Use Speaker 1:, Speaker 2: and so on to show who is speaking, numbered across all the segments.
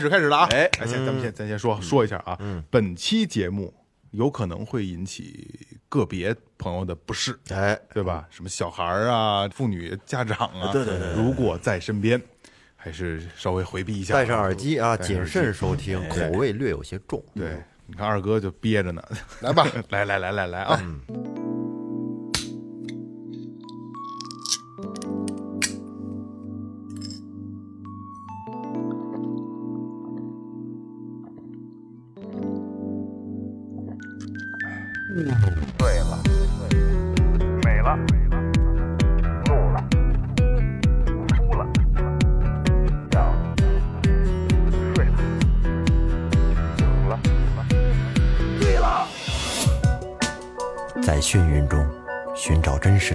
Speaker 1: 开始开始了啊！
Speaker 2: 哎嗯
Speaker 1: 哎，先咱们先咱先说说一下啊，本期节目有可能会引起个别朋友的不适，
Speaker 2: 哎，
Speaker 1: 对吧？什么小孩儿啊、妇女、家长啊，
Speaker 2: 对对对对
Speaker 1: 如果在身边，还是稍微回避一下，
Speaker 2: 戴上耳机啊，
Speaker 1: 戴上
Speaker 2: 谨
Speaker 1: 耳机
Speaker 2: 慎收听，口味略有些重。
Speaker 1: 对，你看二哥就憋着呢，来吧， 来来来来来
Speaker 2: 嗯
Speaker 1: 啊！
Speaker 3: 醉了，美了，怒了，哭了，笑了，睡了，醒了，醉了。
Speaker 4: 在眩晕中寻找真实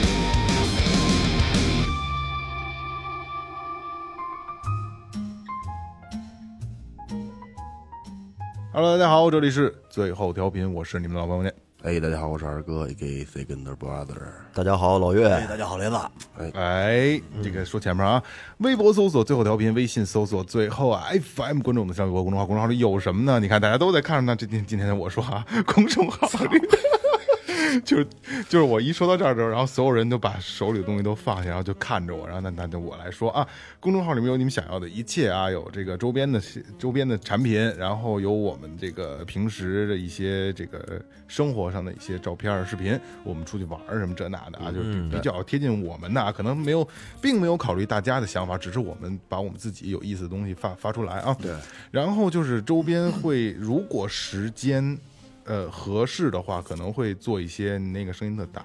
Speaker 1: Hello，大家好，这里是最后调频，我是你们的老朋友们。
Speaker 5: 哎，大家好，我是二哥，A.K.A. Second Brother。
Speaker 2: 大家好，老岳，
Speaker 1: 哎，这个说前面啊，微博搜索最后调频，微信搜索最后啊 FM，关注我们的新浪微博公众号，公众号里有什么呢？你看大家都在看着呢。这今今天我说啊， 公众号里。 就是就是我一说到这儿的时候，然后所有人都把手里的东西都放下，然后就看着我，然后那那就我来说啊，公众号里面有你们想要的一切啊，有这个周边的周边的产品，然后有我们这个平时的一些这个生活上的一些照片儿、视频，我们出去玩儿什么这那的啊，就是比较贴近我们的、啊，可能没有并没有考虑大家的想法，只是我们把我们自己有意思的东西发发出来啊。对，然后就是周边会，如果时间。呃合适的话，可能会做一些你那个声音特大，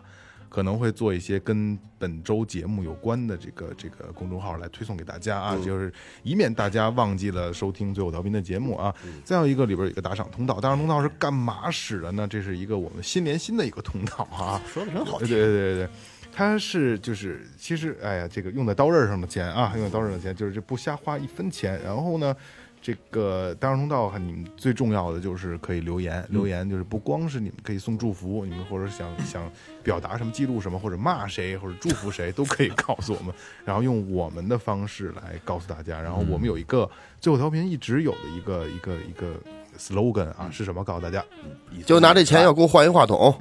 Speaker 1: 可能会做一些跟本周节目有关的这个这个公众号来推送给大家啊，就是以免大家忘记了收听最后调频的节目啊。再有一个里边有一个打赏通道，打赏通道是干嘛使的呢？这是一个我们心连心的一个通道啊。
Speaker 2: 说的真好
Speaker 1: 对。对对对，它是就是其实哎呀，这个用在刀刃上的钱啊，用在刀刃上的钱就是这不瞎花一分钱。然后呢，这个当然通道你们最重要的就是可以留言，
Speaker 5: 嗯
Speaker 1: 留言就是不光是你们可以送祝福，你们或者想想表达什么、记录什么，或者骂谁或者祝福谁都可以告诉我 们，然后用我们的方式来告诉大家。然后
Speaker 5: 嗯
Speaker 1: 我们有一个最后调频一直有的一个一个一个 slogan
Speaker 5: 嗯
Speaker 1: 啊，是什么？告诉大家， 一
Speaker 5: 就拿这钱要给我换一话筒，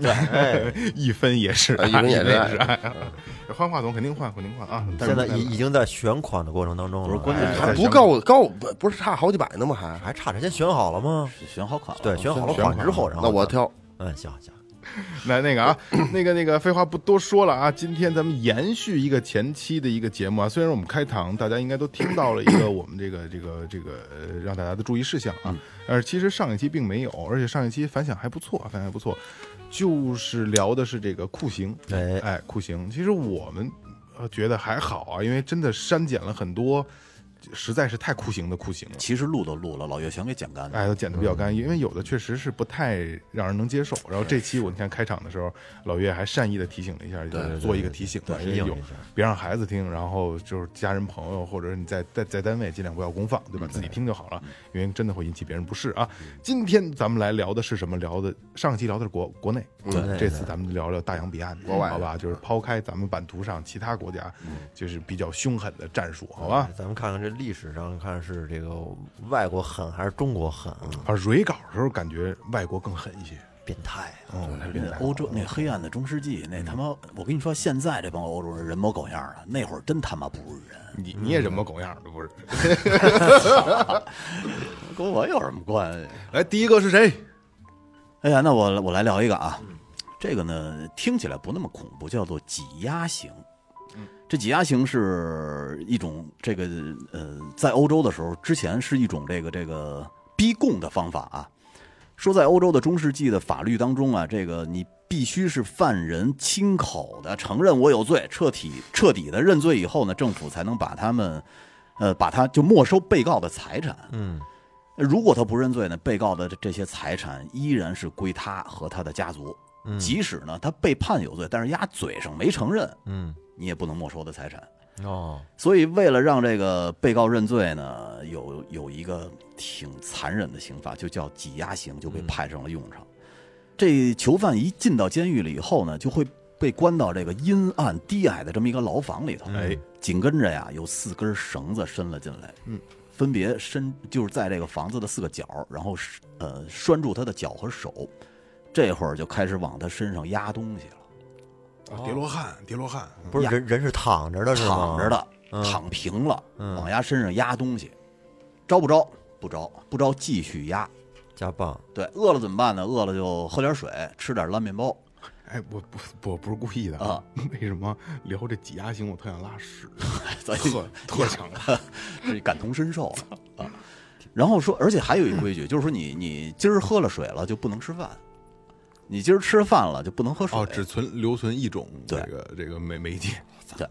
Speaker 1: 一分也哎是爱，
Speaker 5: 啊一分也是爱
Speaker 1: 一爱啊。换话筒肯定换，肯定换啊！
Speaker 2: 现在已已经在选款的过程当中了，关键
Speaker 5: 还不够高，不不是差好几百呢吗？还
Speaker 2: 还差点，先选好了吗？
Speaker 6: 选好款了，
Speaker 2: 对，选好了
Speaker 1: 选
Speaker 2: 款
Speaker 1: 款
Speaker 2: 之后，然后
Speaker 5: 那我挑，
Speaker 2: 嗯，行行，
Speaker 1: 来那个啊，那个那个，废话不多说了啊，今天咱们延续一个前期的一个节目啊，虽然我们开堂，大家应该都听到了一个我们这个这个这个呃让大家的注意事项啊，但是其实上一期并没有，而且上一期反响还不错，反响还不错，就是聊的是这个酷刑，
Speaker 2: 哎
Speaker 1: 哎酷刑，其实我们呃觉得还好啊，因为真的删减了很多，实在是太酷刑的酷刑了。
Speaker 6: 其实录都录了，老岳全给剪干了。
Speaker 1: 哎，都剪得比较干，因为有的确实是不太让人能接受。然后这期我你看开场的时候，老岳还善意的提醒了一下，就是做一个提醒，因为有别让孩子听，然后就是家人朋友或者是你在在在单位尽量不要公放，嗯对吧？自己听就好了，因为真的会引起别人不适啊。今天咱们来聊的是什么？聊的上期聊的是国国内，啊这次咱们聊聊大洋彼岸，国嗯
Speaker 5: 外的
Speaker 1: 好吧？就是抛开咱们版图上其他国家，就是比较凶狠的战术，好吧？
Speaker 2: 咱们看看这历史上看是这个外国狠还是中国狠啊？
Speaker 1: 啊，蕊稿的时候感觉外国更狠一些，
Speaker 2: 变态啊！
Speaker 1: 哦，太变态了。
Speaker 6: 欧洲那黑暗的中世纪，那他
Speaker 4: 嗯
Speaker 6: 妈，我跟你说，现在这帮欧洲人人模狗样的，那会儿真他妈不是人，
Speaker 1: 你你也人模狗样的不是？
Speaker 6: 跟我有什么关系？
Speaker 1: 来，第一个是谁？
Speaker 6: 哎呀，那我我来聊一个啊，这个呢听起来不那么恐怖，叫做挤压刑。这挤压刑是一种这个呃，在欧洲的时候，之前是一种这个这个逼供的方法啊。说在欧洲的中世纪的法律当中啊，这个你必须是犯人亲口的承认我有罪，彻底彻底的认罪以后呢，政府才能把他们，呃，把他就没收被告的财产。
Speaker 2: 嗯，
Speaker 6: 如果他不认罪呢，被告的这这些财产依然是归他和他的家族。即使呢他被判有罪，但是丫嘴上没承认，
Speaker 2: 嗯，
Speaker 6: 你也不能没收他财产。
Speaker 2: 哦，
Speaker 6: 所以为了让这个被告认罪呢，有有一个挺残忍的刑罚，就叫挤压刑，就被派上了用场。这囚犯一进到监狱里以后呢，就会被关到这个阴暗低矮的这么一个牢房里头。
Speaker 1: 哎，
Speaker 6: 紧跟着呀，有四根绳子伸了进来，嗯，分别伸就是在这个房子的四个角，然后是呃拴住他的脚和手，这会儿就开始往他身上压东西了。
Speaker 7: 啊，
Speaker 1: 哦
Speaker 7: 叠罗汉，叠罗汉，
Speaker 2: 不是
Speaker 6: 呀
Speaker 2: 人人是躺着的是吗？
Speaker 6: 躺着的，躺平了，往压身上压东西，招不招？不招，不招继续压。
Speaker 2: 加棒，
Speaker 6: 对，饿了怎么办呢？饿了就喝点水，吃点烂面包。
Speaker 1: 哎，我不我不是故意的
Speaker 6: 啊！
Speaker 1: 为什么聊这挤压型，我特想拉屎，
Speaker 6: 咱
Speaker 1: 特特想拉。
Speaker 6: 这感同身受啊啊。然后说，而且还有一规矩，就是说你你今儿喝了水了就不能吃饭，你今儿吃饭了就不能喝水。
Speaker 1: 哦，只存留存一种这
Speaker 6: 对
Speaker 1: 个这个媒媒介，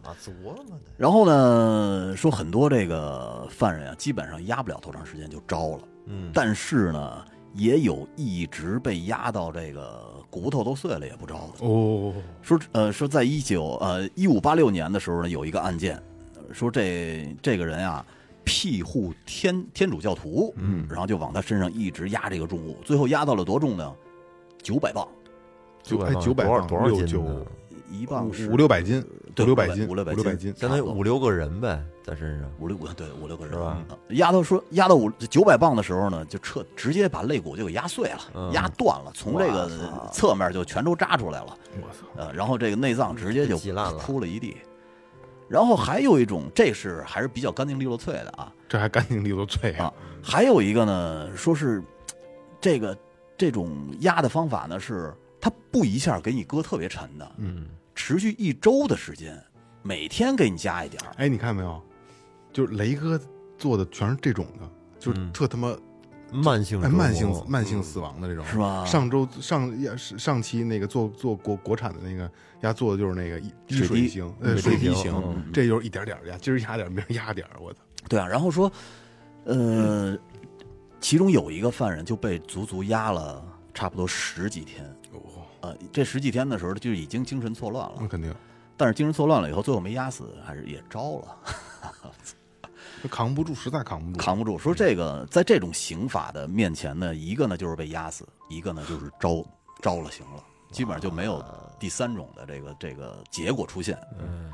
Speaker 2: 啊，琢磨呢，
Speaker 6: 然后呢，说很多这个犯人啊，基本上压不了多长时间就招了。嗯，但是呢，也有一直被压到这个骨头都碎了也不招的。
Speaker 1: 哦，
Speaker 6: 说呃说在一九呃一五八六年的时候呢，有一个案件，呃说这这个人啊庇护天天主教徒，嗯，然后就往他身上一直压这个重物，最后压到了多重呢？九百磅，
Speaker 1: 九哎
Speaker 2: 磅
Speaker 1: 九百
Speaker 2: 多
Speaker 1: 磅
Speaker 2: 少多少
Speaker 1: 六
Speaker 2: 斤
Speaker 1: 九
Speaker 2: 呢？
Speaker 6: 一磅是
Speaker 1: 五五六百斤，
Speaker 6: 对
Speaker 1: 六
Speaker 6: 五
Speaker 1: 百
Speaker 6: 百
Speaker 1: 斤，
Speaker 6: 五
Speaker 1: 六
Speaker 6: 六百
Speaker 1: 百
Speaker 6: 斤
Speaker 1: 斤，
Speaker 2: 相当于五六个人呗，在身上。
Speaker 6: 五六个对五六个人
Speaker 2: 是吧
Speaker 6: 嗯压到说压到五九百磅的时候呢，就彻直接把肋骨就给压碎了，压断了，从这个侧面就全都扎出来了。
Speaker 1: 我操！
Speaker 6: 呃，然后这个内脏直接就
Speaker 2: 挤烂了
Speaker 6: 铺了一地。然后还有一种，这是还是比较干净利落脆的啊
Speaker 1: 这还干净利落脆啊
Speaker 6: 啊！还有一个呢，说是这个这种压的方法呢，是它不一下给你搁特别沉的，嗯，持续一周的时间，每天给你加一点儿，
Speaker 1: 哎，你看没有？就是雷哥做的全是这种的，就是特他妈
Speaker 2: 慢性
Speaker 1: 哎
Speaker 2: 折
Speaker 1: 慢性
Speaker 2: 磨
Speaker 1: 慢性死亡的这种，
Speaker 6: 是吧
Speaker 1: 上周上呀是上期那个做做国国产的那个压做的就是那个一滴
Speaker 6: 水
Speaker 1: 水
Speaker 6: 滴嗯
Speaker 1: 型，呃，水
Speaker 2: 水滴
Speaker 1: 滴
Speaker 2: 型
Speaker 1: 型，这就是一点点儿压，今儿压点儿，明儿压点儿，我操！
Speaker 6: 对啊，然后说，呃，其中有一个犯人就被足足压了差不多十几天。呃，这十几天的时候就已经精神错乱了
Speaker 1: 那，肯定，
Speaker 6: 但是精神错乱了以后，最后没压死，还是也招了，
Speaker 1: 那扛不住，实在扛不住，
Speaker 6: 扛不住。说这个在这种刑法的面前呢，一个呢就是被压死，一个呢就是招招了刑了，基本上就没有第三种的这个这个结果出现。
Speaker 2: 嗯，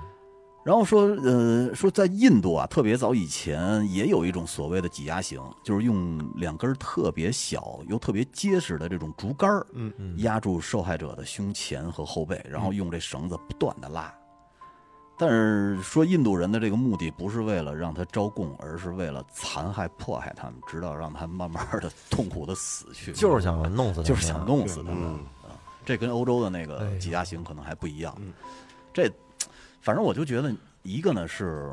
Speaker 6: 然后说，呃，说在印度啊，特别早以前也有一种所谓的挤压刑，就是用两根特别小又特别结实的这种竹竿儿，嗯嗯，压住受害者的胸前和后背，
Speaker 2: 嗯
Speaker 6: 然后用这绳子不断的拉。但是说印度人的这个目的不是为了让他招供，而是为了残害迫害他们，直到让他慢慢的痛苦的死去，
Speaker 2: 就是想弄死他，哎
Speaker 6: 就是想。弄死他们
Speaker 5: 嗯
Speaker 6: 啊！这跟欧洲的那个挤压型可能还不一样。
Speaker 2: 嗯
Speaker 6: 这，反正我就觉得，一个呢是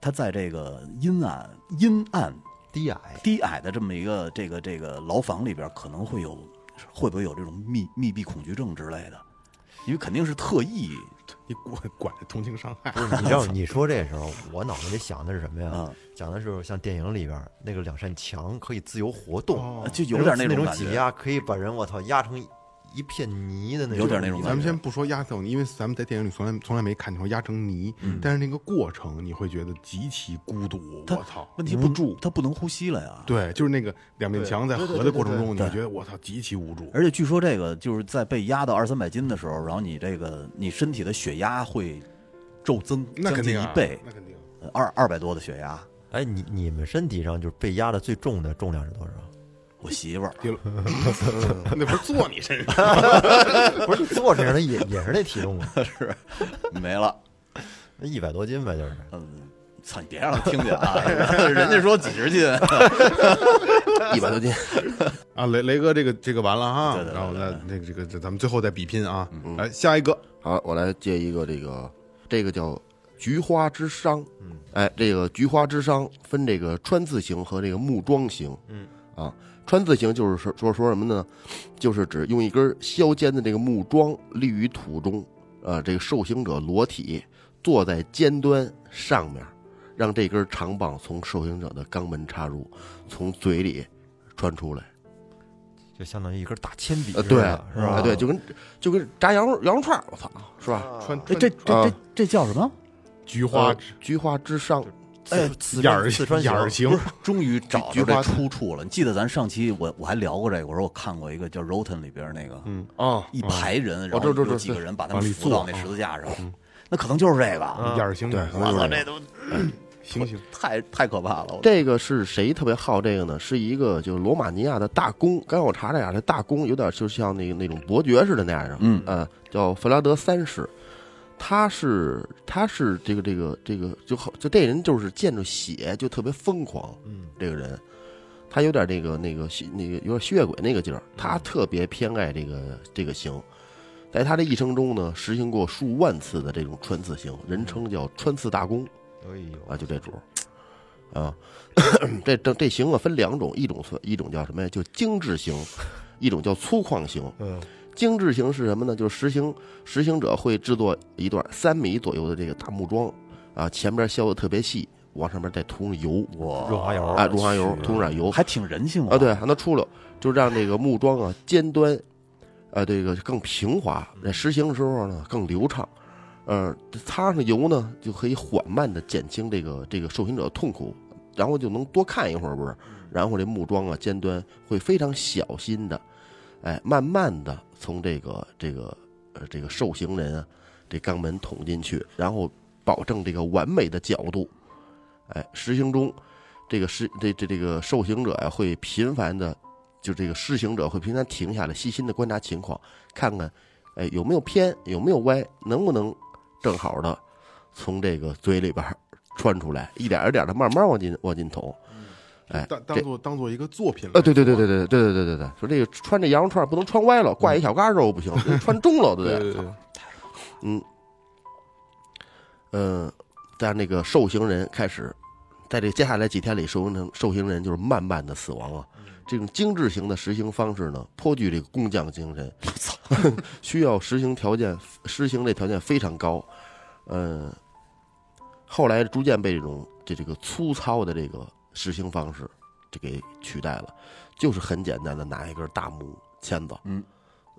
Speaker 6: 他在这个阴暗、阴暗、
Speaker 2: 低 矮，
Speaker 6: 低矮的这么一个这个这个牢房里边，可能会有会不会有这种密密闭恐惧症之类的，因为肯定是特意
Speaker 1: 你管管着同情伤害，
Speaker 2: 你知道你说这时候，我脑子里想的是什么呀
Speaker 6: 嗯？
Speaker 2: 想的是像电影里边那个两扇墙可以自由活
Speaker 1: 哦
Speaker 2: 动，
Speaker 6: 就有点
Speaker 2: 那
Speaker 6: 种感
Speaker 2: 挤
Speaker 6: 觉。
Speaker 2: 压，可以把人我操压成一片泥的那种，
Speaker 6: 有点那种感觉
Speaker 1: 咱们先不说压到你，因为咱们在电影里从来从来没看见说压成泥，
Speaker 6: 嗯
Speaker 1: 但是那个过程你会觉得极其孤独。我操，
Speaker 6: 问题
Speaker 1: 无
Speaker 6: 不
Speaker 1: 助。
Speaker 6: 他不能呼吸了呀。
Speaker 1: 嗯对，就是那个两面墙在合的过程中，你
Speaker 6: 对对对对对
Speaker 1: 会觉得我操极其无助。
Speaker 6: 而且据说这个就是在被压到二三百斤的时候，然后你这个你身体的血压会骤增
Speaker 1: 那
Speaker 6: 将
Speaker 1: 肯
Speaker 6: 近
Speaker 1: 定
Speaker 6: 一
Speaker 1: 啊，
Speaker 6: 倍，
Speaker 1: 那肯定。
Speaker 6: 呃二二百多的血压。
Speaker 2: 哎，你你们身体上就是被压的最重的重量是多少？
Speaker 6: 我媳妇儿
Speaker 1: 跌了，那不是坐你身上，
Speaker 2: 不是坐身上的也也是那体重啊，
Speaker 6: 没了，
Speaker 2: 那一百多斤呗，就是。
Speaker 6: 嗯，操，你别让他听 见啊！人家说几十斤，
Speaker 5: 一百多斤，
Speaker 1: 啊，雷雷哥，这个这个完了哈，
Speaker 6: 对对对
Speaker 1: 然后再那个这个这咱们最后再比拼啊，来下一个，
Speaker 5: 好，我来借一个这个，这个叫菊花之殇。嗯，哎，这个菊花之殇分这个川字形和这个木桩形。嗯，啊，川字形就是说说说什么呢？就是指用一根削尖的这个木桩立于土中，呃，这个受刑者裸体坐在尖端上面，让这根长棒从受刑者的肛门插入，从嘴里穿出来。
Speaker 2: 就相当于一根大铅笔
Speaker 5: 呃，
Speaker 2: 似
Speaker 5: 对，
Speaker 2: 的，是
Speaker 6: 嗯
Speaker 2: 吧？
Speaker 5: 啊
Speaker 1: 啊
Speaker 5: 对，就跟就跟炸羊肉羊肉串儿，我操，是吧？
Speaker 1: 穿
Speaker 6: 这这这这这叫什么？
Speaker 8: 菊花
Speaker 5: 呃菊花之上，
Speaker 2: 哎，刺
Speaker 8: 眼儿
Speaker 2: 刺穿
Speaker 8: 眼儿
Speaker 2: 行，
Speaker 8: 行，
Speaker 6: 终于找
Speaker 5: 菊
Speaker 6: 着
Speaker 5: 菊花
Speaker 6: 这出处了。你记得咱上期我我还聊过这个，我说我看过一个叫《Rotten》里边那个，嗯，
Speaker 5: 哦，
Speaker 6: 一排人，然
Speaker 5: 哦
Speaker 6: 后
Speaker 5: 这这这
Speaker 6: 有几个
Speaker 5: 这
Speaker 6: 人把他们扶到那
Speaker 5: 哦
Speaker 6: 十字架上，
Speaker 5: 嗯
Speaker 6: 那可能就是这个。
Speaker 8: 眼儿行，对，
Speaker 6: 我操，这都
Speaker 8: 行行，
Speaker 6: 太太可怕了！我
Speaker 5: 这个是谁特别好这个呢？是一个就是罗马尼亚的大公，刚才我查了一下，这大公有点就像那个那种伯爵似的那样的，
Speaker 6: 嗯
Speaker 5: 呃，叫弗拉德三世，他是他是这个这个这个就好就这人就是见着血就特别疯狂，
Speaker 2: 嗯，
Speaker 5: 这个人他有点这个那个吸那个有点吸血鬼那个劲儿，
Speaker 6: 嗯
Speaker 5: 他特别偏爱这个这个刑。在他的一生中呢，实行过数万次的这种穿刺刑，人称叫穿刺大公。
Speaker 2: 哎呦，
Speaker 5: 啊，就这主儿啊，这这这刑啊分两种，一种算一种叫什么呀？就精致刑，一种叫粗犷刑。
Speaker 2: 嗯，
Speaker 5: 精致刑是什么呢？就是实行实行者会制作一段三米左右的这个大木桩啊，前边削的特别细，往上面再涂上油，
Speaker 2: 润
Speaker 6: 我
Speaker 2: 滑油
Speaker 5: 啊，润滑油
Speaker 2: 去
Speaker 5: 涂上油
Speaker 6: 还挺人性
Speaker 5: 啊，对，让它出溜，就让这个木桩啊尖端啊这个更平滑，在实行的时候呢更流畅。呃，擦上油呢，就可以缓慢的减轻这个这个受刑者的痛苦，然后就能多看一会儿，不是？然后这木桩啊，尖端会非常小心的，哎，慢慢的从这个这个呃这个受刑人啊这肛门捅进去，然后保证这个完美的角度。哎，实行中，这个施这这这个受刑者呀、会频繁的，就这个施行者会频繁停下来，细心的观察情况，看看，哎有没有偏，有没有歪，能不能正好的从这个嘴里边儿穿出来，一点儿一点的慢慢往进往进捅。哎，
Speaker 1: 当
Speaker 5: 这
Speaker 1: 当做当做一个作品
Speaker 5: 呃，对对对对对对对对对对，说这个穿这羊肉串不能穿歪了，挂一小嘎肉不行，穿中了，对不对？
Speaker 1: 对对，
Speaker 5: 嗯，呃，但那个受刑人开始，在这接下来几天里，受刑人受刑人就是慢慢的死亡啊。
Speaker 6: 嗯
Speaker 5: 这种精致型的实行方式呢，颇具这个工匠精神， 需要实行条件施行这条件非常高。嗯，后来逐渐被这种这这个粗糙的这个实行方式这给取代了，就是很简单的拿一根大木签子，
Speaker 6: 嗯，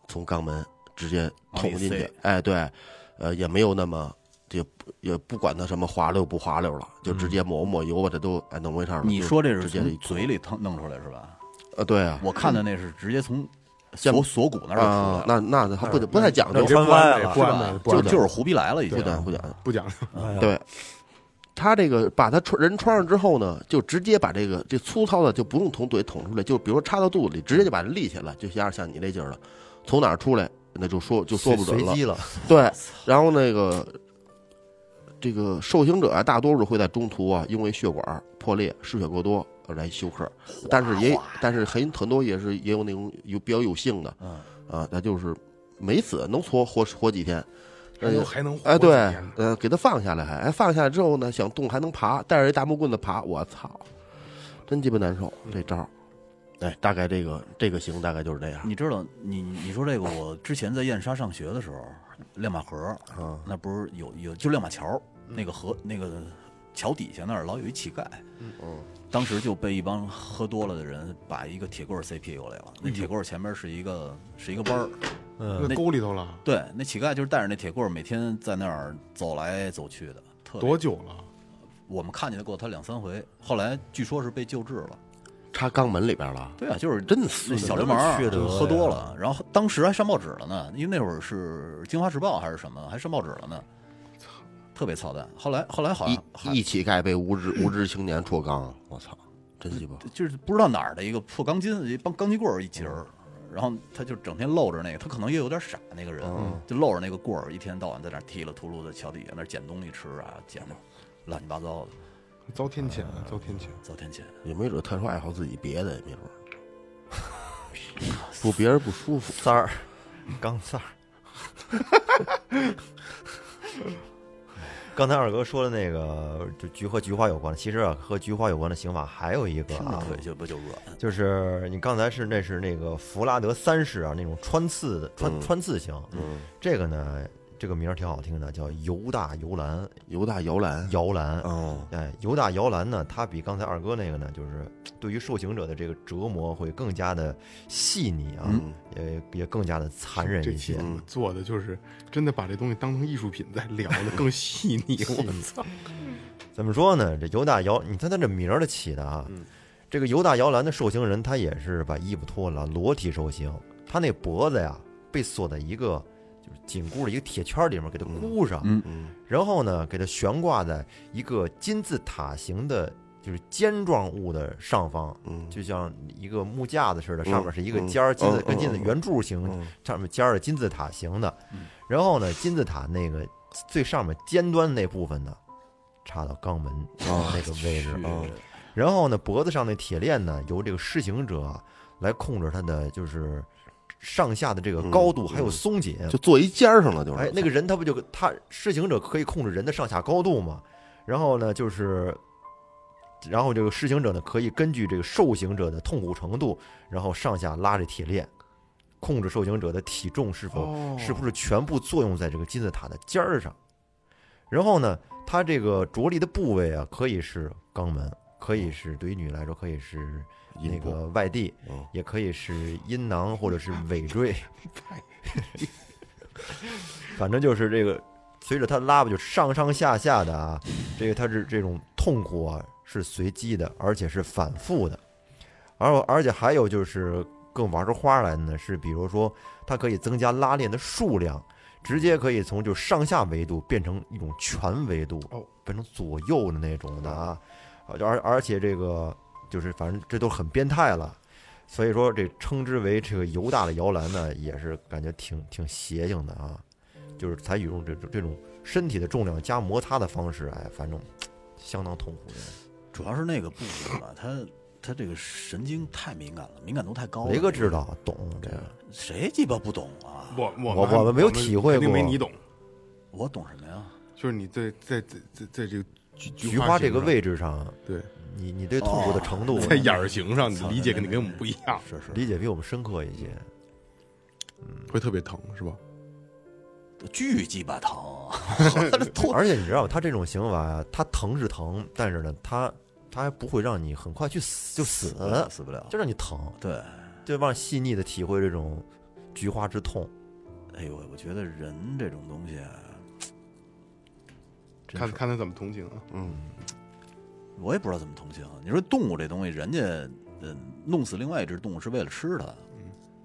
Speaker 5: 从肛门直接
Speaker 6: 往里
Speaker 5: 捅进去
Speaker 6: 塞，
Speaker 5: 哎，对，呃，也没有那么。就也不管它什么滑溜不滑溜了，就直接抹抹油吧，这都哎弄回事儿了。
Speaker 6: 嗯你
Speaker 5: 就
Speaker 6: 说这是
Speaker 5: 直接的一
Speaker 6: 从嘴里腾弄出来是吧？
Speaker 5: 啊，对啊，
Speaker 6: 我看的那是直接从
Speaker 5: 像
Speaker 6: 锁锁骨那儿就出
Speaker 5: 啊
Speaker 6: 来，了，
Speaker 5: 那那还不不太讲究
Speaker 2: 那，穿歪了
Speaker 8: 不安慰，不
Speaker 6: 就
Speaker 8: 安慰，
Speaker 6: 就是胡逼来了已经
Speaker 5: 不。讲不讲究。
Speaker 8: 不讲究，
Speaker 2: 哎呀，
Speaker 5: 对，他这个把他穿人穿上之后呢，就直接把这个这粗糙的就不用从嘴捅出来，就比如说插到肚子里，直接就把人立起来，就像像你那劲儿了，从哪儿出来那就说就说不准
Speaker 2: 随
Speaker 5: 了
Speaker 2: 随。机了，
Speaker 5: 对，然后那个这个受刑者啊，大多数会在中途啊，因为血管破裂、失血过多而来休克，但是也但是很很多也是也有那种有比较有幸的，
Speaker 6: 嗯
Speaker 5: 啊，他就是没死，能活活活几天。
Speaker 1: 还能还能活
Speaker 5: 哎，对
Speaker 1: 几天呢，
Speaker 5: 呃，给他放下来还，哎，放下来之后呢，想动还能爬，带着一大木棍子爬，我操，真鸡巴难受
Speaker 6: 嗯
Speaker 5: 这招儿。哎，大概这个这个刑大概就是这样。
Speaker 6: 你知道，你你说这个，我之前在燕莎上学的时候，亮马河，
Speaker 5: 啊
Speaker 6: 那不是有有就亮马桥那个河那个桥底下那儿老有一乞丐，当时就被一帮喝多了的人把一个铁棍儿塞屁股里了，那铁棍儿前面是一个是一个弯儿，
Speaker 2: 嗯，
Speaker 1: 那沟里头了
Speaker 6: 对，那乞丐就是带着那铁棍儿每天在那儿走来走去的，特别
Speaker 1: 多久了？
Speaker 6: 我们看见过他两三回，后来据说是被救治了。
Speaker 5: 插肛门里边儿了，
Speaker 6: 对啊，就是
Speaker 5: 真死
Speaker 6: 那小流
Speaker 2: 那么
Speaker 6: 氓儿
Speaker 2: 缺德
Speaker 6: 就
Speaker 2: 呀
Speaker 6: 喝多了，然后当时还上报纸了呢，因为那会儿是《京华时报》还是什么，还上报纸了呢，特别操蛋。后来后来
Speaker 2: 啊
Speaker 6: 好像还
Speaker 5: 一一乞丐被 无知无知青年戳肛，我操，真鸡巴！
Speaker 6: 就是不知道哪儿的一个破钢筋，一帮钢筋棍儿一截儿，
Speaker 2: 嗯
Speaker 6: 然后他就整天露着那个，他可能也有点傻那个人，
Speaker 2: 嗯
Speaker 6: 就露着那个棍儿，一天到晚在那儿踢了秃噜的桥底下那儿捡东西吃啊，捡着乱七八糟的，
Speaker 1: 遭天谴，啊遭天谴，
Speaker 6: 遭天谴。
Speaker 5: 也没准特殊爱好自己别的，也没准 儿不别人不舒服。
Speaker 2: 三儿，钢三儿。刚才二哥说的那个，就菊和菊花有关的，其实啊，和菊花有关的刑法还有一个
Speaker 6: 听着
Speaker 2: 啊，
Speaker 6: 腿就不就软，
Speaker 2: 就是你刚才是那
Speaker 6: 嗯
Speaker 2: 是那个弗拉德三世啊，那种穿刺穿穿刺刑，这个呢这个名儿挺好听的，叫犹大摇篮，
Speaker 6: 嗯
Speaker 5: 犹大摇篮，
Speaker 2: 摇篮。
Speaker 5: 哦，
Speaker 2: 哎，犹大摇篮呢，它比刚才二哥那个呢，就是对于受刑者的这个折磨会更加的细腻啊，
Speaker 6: 嗯
Speaker 2: 也也更加的残忍
Speaker 1: 这
Speaker 2: 一
Speaker 1: 期
Speaker 2: 些
Speaker 1: 怎。么做的就是真的把这东西当成艺术品在聊的更细腻，我操！
Speaker 2: 怎么说呢？这犹大摇，你看他这名儿的起的啊，
Speaker 6: 嗯
Speaker 2: 这个犹大摇篮的受刑人，他也是把衣服脱了，裸体受刑。他那脖子呀，被锁在一个就是紧箍的一个铁圈里面，给他箍上，
Speaker 6: 嗯
Speaker 2: 然后呢，给他悬挂在一个金字塔形的，就是尖状物的上方，
Speaker 5: 嗯
Speaker 2: 就像一个木架子似的，上面是一个
Speaker 5: 嗯
Speaker 2: 尖儿，金字
Speaker 5: 嗯
Speaker 2: 跟金字
Speaker 5: 嗯嗯嗯
Speaker 2: 圆柱形，上面尖儿的金字塔形的。然后呢，金字塔那个最上面尖端那部分呢，插到肛门那个位置。啊
Speaker 5: 哦
Speaker 2: 然后呢，脖子上那铁链呢，由这个施行者啊来控制它的就是上下的这个高度，还有松紧。
Speaker 5: 嗯就坐一尖儿上了，就是
Speaker 2: 哎，那个人他不就他施行者可以控制人的上下高度嘛？然后呢，就是，然后这个施行者呢，可以根据这个受刑者的痛苦程度，然后上下拉着铁链，控制受刑者的体重是
Speaker 1: 哦
Speaker 2: 否、是不是全部作用在这个金字塔的尖儿上。然后呢，它这个着力的部位啊，可以是肛门，可以是对于女来说可以是那
Speaker 5: 阴部
Speaker 2: 个外地，
Speaker 5: 嗯
Speaker 2: 也可以是阴囊或者是尾椎，反正就是这个，随着他拉吧，就上上下下的啊，这个他是这种痛苦啊是随机的，而且是反复的，而而且还有就是更玩出花来的呢，是比如说它可以增加拉链的数量，直接可以从就上下维度变成一种全维度
Speaker 1: 哦，
Speaker 2: 变成左右的那种的啊，而而且这个就是反正这都很变态了。所以说，这称之为这个犹大的摇篮呢，也是感觉挺挺邪性的啊，就是采取用这种这种身体的重量加摩擦的方式，哎，反正相当痛苦的。
Speaker 6: 主要是那个部位吧，他他这个神经太敏感了，敏感度太高了。
Speaker 2: 雷哥知道懂这个，
Speaker 6: 谁鸡巴不懂啊？
Speaker 1: 我我
Speaker 2: 我我们没有体会过
Speaker 1: 肯定没你懂。
Speaker 6: 我懂什么呀？
Speaker 1: 就是你在在在在在这个菊
Speaker 2: 菊花这个
Speaker 1: 形上，
Speaker 2: 位置上，
Speaker 1: 对，
Speaker 2: 你你对痛苦的程度
Speaker 1: 在眼儿形上，你理解肯定跟我们不一样，
Speaker 6: 是是，
Speaker 2: 理解比我们深刻一些。
Speaker 1: 会特别疼是吧？
Speaker 6: 巨鸡巴 疼。
Speaker 2: 而且你知道，他这种刑罚呀，他疼是疼，但是呢，他他还不会让你很快去死就死，
Speaker 6: 死不了。
Speaker 2: 就让你疼，
Speaker 6: 对，
Speaker 2: 就让细腻的体会这种菊花之痛。
Speaker 6: 哎呦喂，我觉得人这种东西啊，
Speaker 2: 真
Speaker 1: 看
Speaker 2: 是
Speaker 1: 看他怎么同情啊。
Speaker 6: 我也不知道怎么同情。你说动物这东西，人家嗯弄死另外一只动物是为了吃它，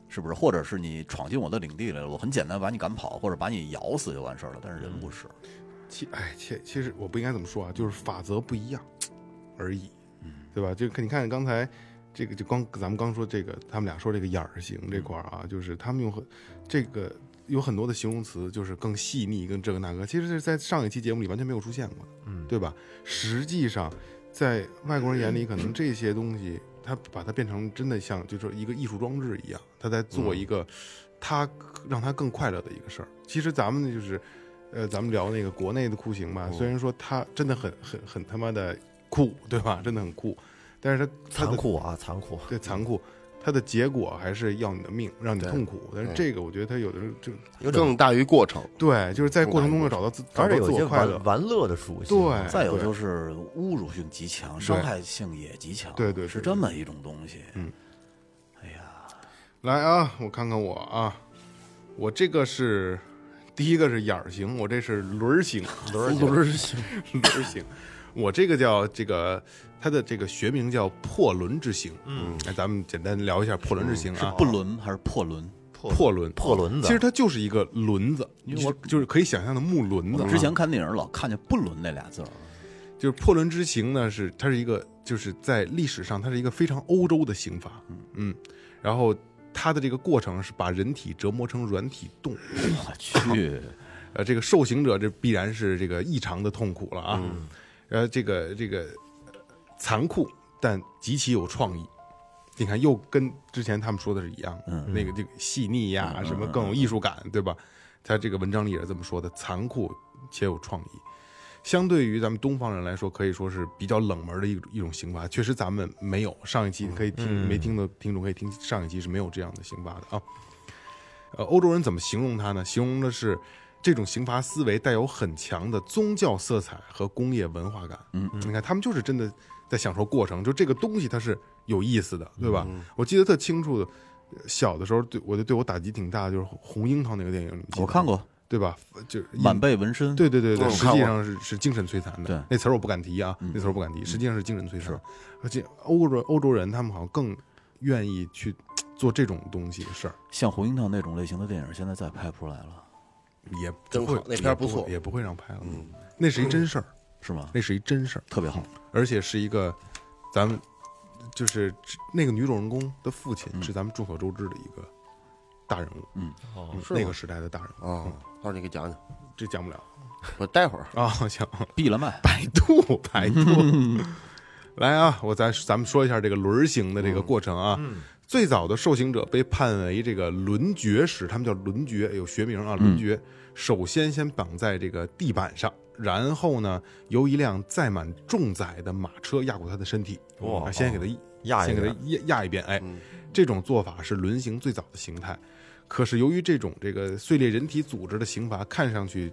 Speaker 6: 是不是？或者是你闯进我的领地来了，我很简单把你赶跑，或者把你咬死就完事儿了。但是人
Speaker 1: 嗯
Speaker 6: 不是，
Speaker 1: 其哎，其其实我不应该怎么说啊，就是法则不一样而已，对吧？就看你看刚才这个，就光咱们刚说这个，他们俩说这个眼儿型这块儿啊，就是他们用很这个有很多的形容词，就是更细腻，跟这个那个，其实是在上一期节目里完全没有出现过，嗯，对吧？实际上，在外国人眼里，可能这些东西，他把它变成真的像就是一个艺术装置一样，他在做
Speaker 2: 嗯
Speaker 1: 一个他让他更快乐的一个事儿。其实咱们就是。呃，咱们聊那个国内的酷刑吧，
Speaker 2: 哦
Speaker 1: 虽然说它真的很很很他妈的酷，对吧？真的很酷，但是它它的
Speaker 2: 残酷啊，残酷。
Speaker 1: 对残酷，它的结果还是要你的命，让你痛苦。但是这个我觉得它有的时候就
Speaker 2: 有点
Speaker 5: 更大于过程，
Speaker 1: 对，就是在过程中要找到自找
Speaker 2: 而
Speaker 1: 到
Speaker 2: 且
Speaker 1: 自
Speaker 2: 有些
Speaker 1: 我快乐
Speaker 2: 玩。玩乐的属性。
Speaker 1: 哎对，
Speaker 6: 再有就是是侮辱性极强，伤害性也极强，
Speaker 1: 对对对
Speaker 6: 是这么一种东西。嗯，哎呀，
Speaker 1: 来啊，我看看我啊，我这个是第一个是眼儿型，我这是轮儿型， 轮
Speaker 5: 不是行
Speaker 1: 轮儿型。我这个叫这个，它的这个学名叫破轮之刑。嗯，那咱们简单聊一下破轮之刑啊，
Speaker 6: 不伦嗯还是破伦？
Speaker 1: 破轮，
Speaker 2: 破轮子
Speaker 1: 其实它就是一个轮子，
Speaker 6: 因为我
Speaker 1: 就是就是可以想象的木轮子
Speaker 6: 我
Speaker 1: 啊。
Speaker 6: 之前看电影老看见“不伦”那俩字 儿，
Speaker 1: 就是破轮之刑呢，是它是一个就是在历史上它是一个非常欧洲的刑罚，嗯，然后它的这个过程是把人体折磨成软体冻，
Speaker 6: 我去，
Speaker 1: 呃，这个受刑者这必然是这个异常的痛苦了啊，呃，这个这个呃残酷但极其有创意。你看，又跟之前他们说的是一样的，那个这个细腻呀、什么更有艺术感，对吧？他这个文章里也是这么说的，残酷且有创意。相对于咱们东方人来说，可以说是比较冷门的一一种刑罚，确实咱们没有。上一
Speaker 6: 嗯
Speaker 1: 期你可以听、没听的听众可以听上一期是没有这样的刑罚的啊。呃，欧洲人怎么形容它呢？形容的是这种刑罚思维带有很强的宗教色彩和工业文化感。嗯，你看他们就是真的在享受过程，就这个东西它是有意思的，对
Speaker 6: 嗯
Speaker 1: 吧？我记得特清楚的，小的时候对我就对我打击挺大的，就是《红樱桃》那个电影，你记得
Speaker 6: 我看过，
Speaker 1: 对吧？就是
Speaker 6: 满背纹
Speaker 1: 嗯
Speaker 6: 身，
Speaker 1: 对对对对，
Speaker 5: 我
Speaker 1: 实
Speaker 5: 看
Speaker 1: 际
Speaker 5: 过
Speaker 1: 上是是精神摧残的。
Speaker 6: 嗯对
Speaker 1: 那词儿我不敢提啊，那词儿我不敢提，实际上是精神摧残。而且欧洲欧洲人他们好像更愿意去做这种东西的事儿，
Speaker 6: 像红樱桃那种类型的电影，现在再拍不出来了，
Speaker 1: 也不
Speaker 5: 真
Speaker 1: 会
Speaker 5: 好那
Speaker 1: 也
Speaker 5: 片儿
Speaker 1: 不
Speaker 5: 不
Speaker 1: 会
Speaker 5: 错
Speaker 1: 也不会让拍了。那是一真事儿，
Speaker 6: 是吗？
Speaker 1: 那是一真事儿，
Speaker 6: 特别好，
Speaker 1: 而且是一个咱们就是那个女主人公的父亲是咱们众所周知的一个大人物，嗯，
Speaker 5: 哦是吗
Speaker 1: 那个时代的大人物，
Speaker 5: 啊，
Speaker 2: 嗯
Speaker 5: 到时候你给讲讲，
Speaker 1: 这讲不了
Speaker 5: 我待会儿
Speaker 1: 啊，行。
Speaker 6: 闭了麦，
Speaker 1: 百度，百度。来啊，我咱咱们说一下这个轮刑的这个过程啊。最早的受刑者被判为这个轮决时，他们叫轮决，有学名啊，轮决。首先先绑在这个地板上，然后呢，由一辆载满重载的马车压过他的身体，
Speaker 2: 哇
Speaker 1: 啊先给他
Speaker 2: 压一
Speaker 1: 先给他
Speaker 2: 下
Speaker 1: 压压一遍。哎，
Speaker 5: 嗯
Speaker 1: 这种做法是轮刑最早的形态。可是由于这种这个碎裂人体组织的刑罚看上去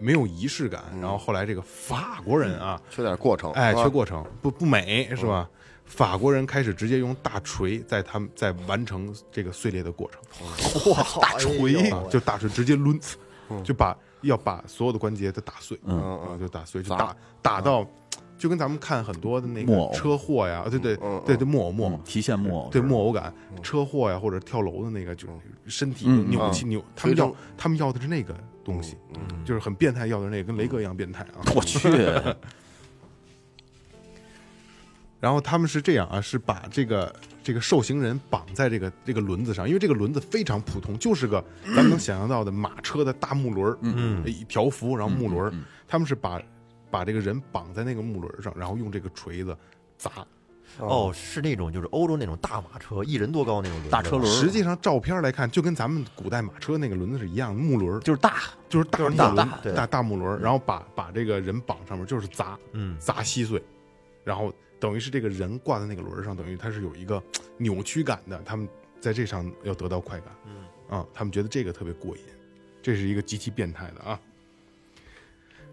Speaker 1: 没有仪式感，然
Speaker 5: 嗯
Speaker 1: 后后来这个法国人啊，
Speaker 5: 缺点过程，
Speaker 1: 哎，
Speaker 5: 是吧
Speaker 1: 缺过程不不美是
Speaker 5: 哦
Speaker 1: 吧？法国人开始直接用大锤在他们在完成这个碎裂的过程，
Speaker 2: 哇，
Speaker 5: 哎
Speaker 2: 大
Speaker 1: 锤啊，就大锤直接抡，就把要把所有的关节都打碎，
Speaker 5: 嗯
Speaker 1: 啊，就打碎，就
Speaker 5: 砸嗯
Speaker 1: 打打到，就跟咱们看很多的那
Speaker 6: 木
Speaker 1: 个
Speaker 6: 偶
Speaker 1: 车祸呀，啊对对
Speaker 5: 嗯嗯
Speaker 1: 对对，木偶木偶
Speaker 6: 嗯，提线木偶，
Speaker 1: 对木偶感，车祸呀或者跳楼的那个，就是身体
Speaker 6: 嗯
Speaker 1: 扭
Speaker 5: 嗯
Speaker 1: 起扭，他们
Speaker 5: 推
Speaker 1: 要
Speaker 5: 动
Speaker 1: 他们要的是那个东西，
Speaker 6: 嗯
Speaker 1: 就是很变态，要的是那个跟雷哥一样变态啊，
Speaker 6: 我去，
Speaker 1: 然后他们是这样啊，是把这个这个受刑人绑在这个这个轮子上，因为这个轮子非常普通，就是个咱们能想象到的马车的大木轮儿，嗯，一条幅，然后木轮
Speaker 6: 嗯
Speaker 1: 儿，他们是把把这个人绑在那个木轮儿上，然后用这个锤子砸。
Speaker 2: 哦，是那种就是欧洲那种大马车，一人多高那种轮子
Speaker 6: 大车轮儿啊
Speaker 1: 实际上照片来看，就跟咱们古代马车那个轮子是一样的，木轮儿
Speaker 6: 就是大，
Speaker 1: 就是大
Speaker 2: 就是
Speaker 1: 木
Speaker 2: 大
Speaker 1: 轮
Speaker 2: 大对
Speaker 1: 大大木轮儿，然后把把这个人绑上面，就是砸，
Speaker 2: 嗯
Speaker 1: 砸稀碎，然后等于是这个人挂在那个轮儿上，等于他是有一个扭曲感的，他们在这上要得到快感，嗯啊，他们觉得这个特别过瘾，这是一个极其变态的啊。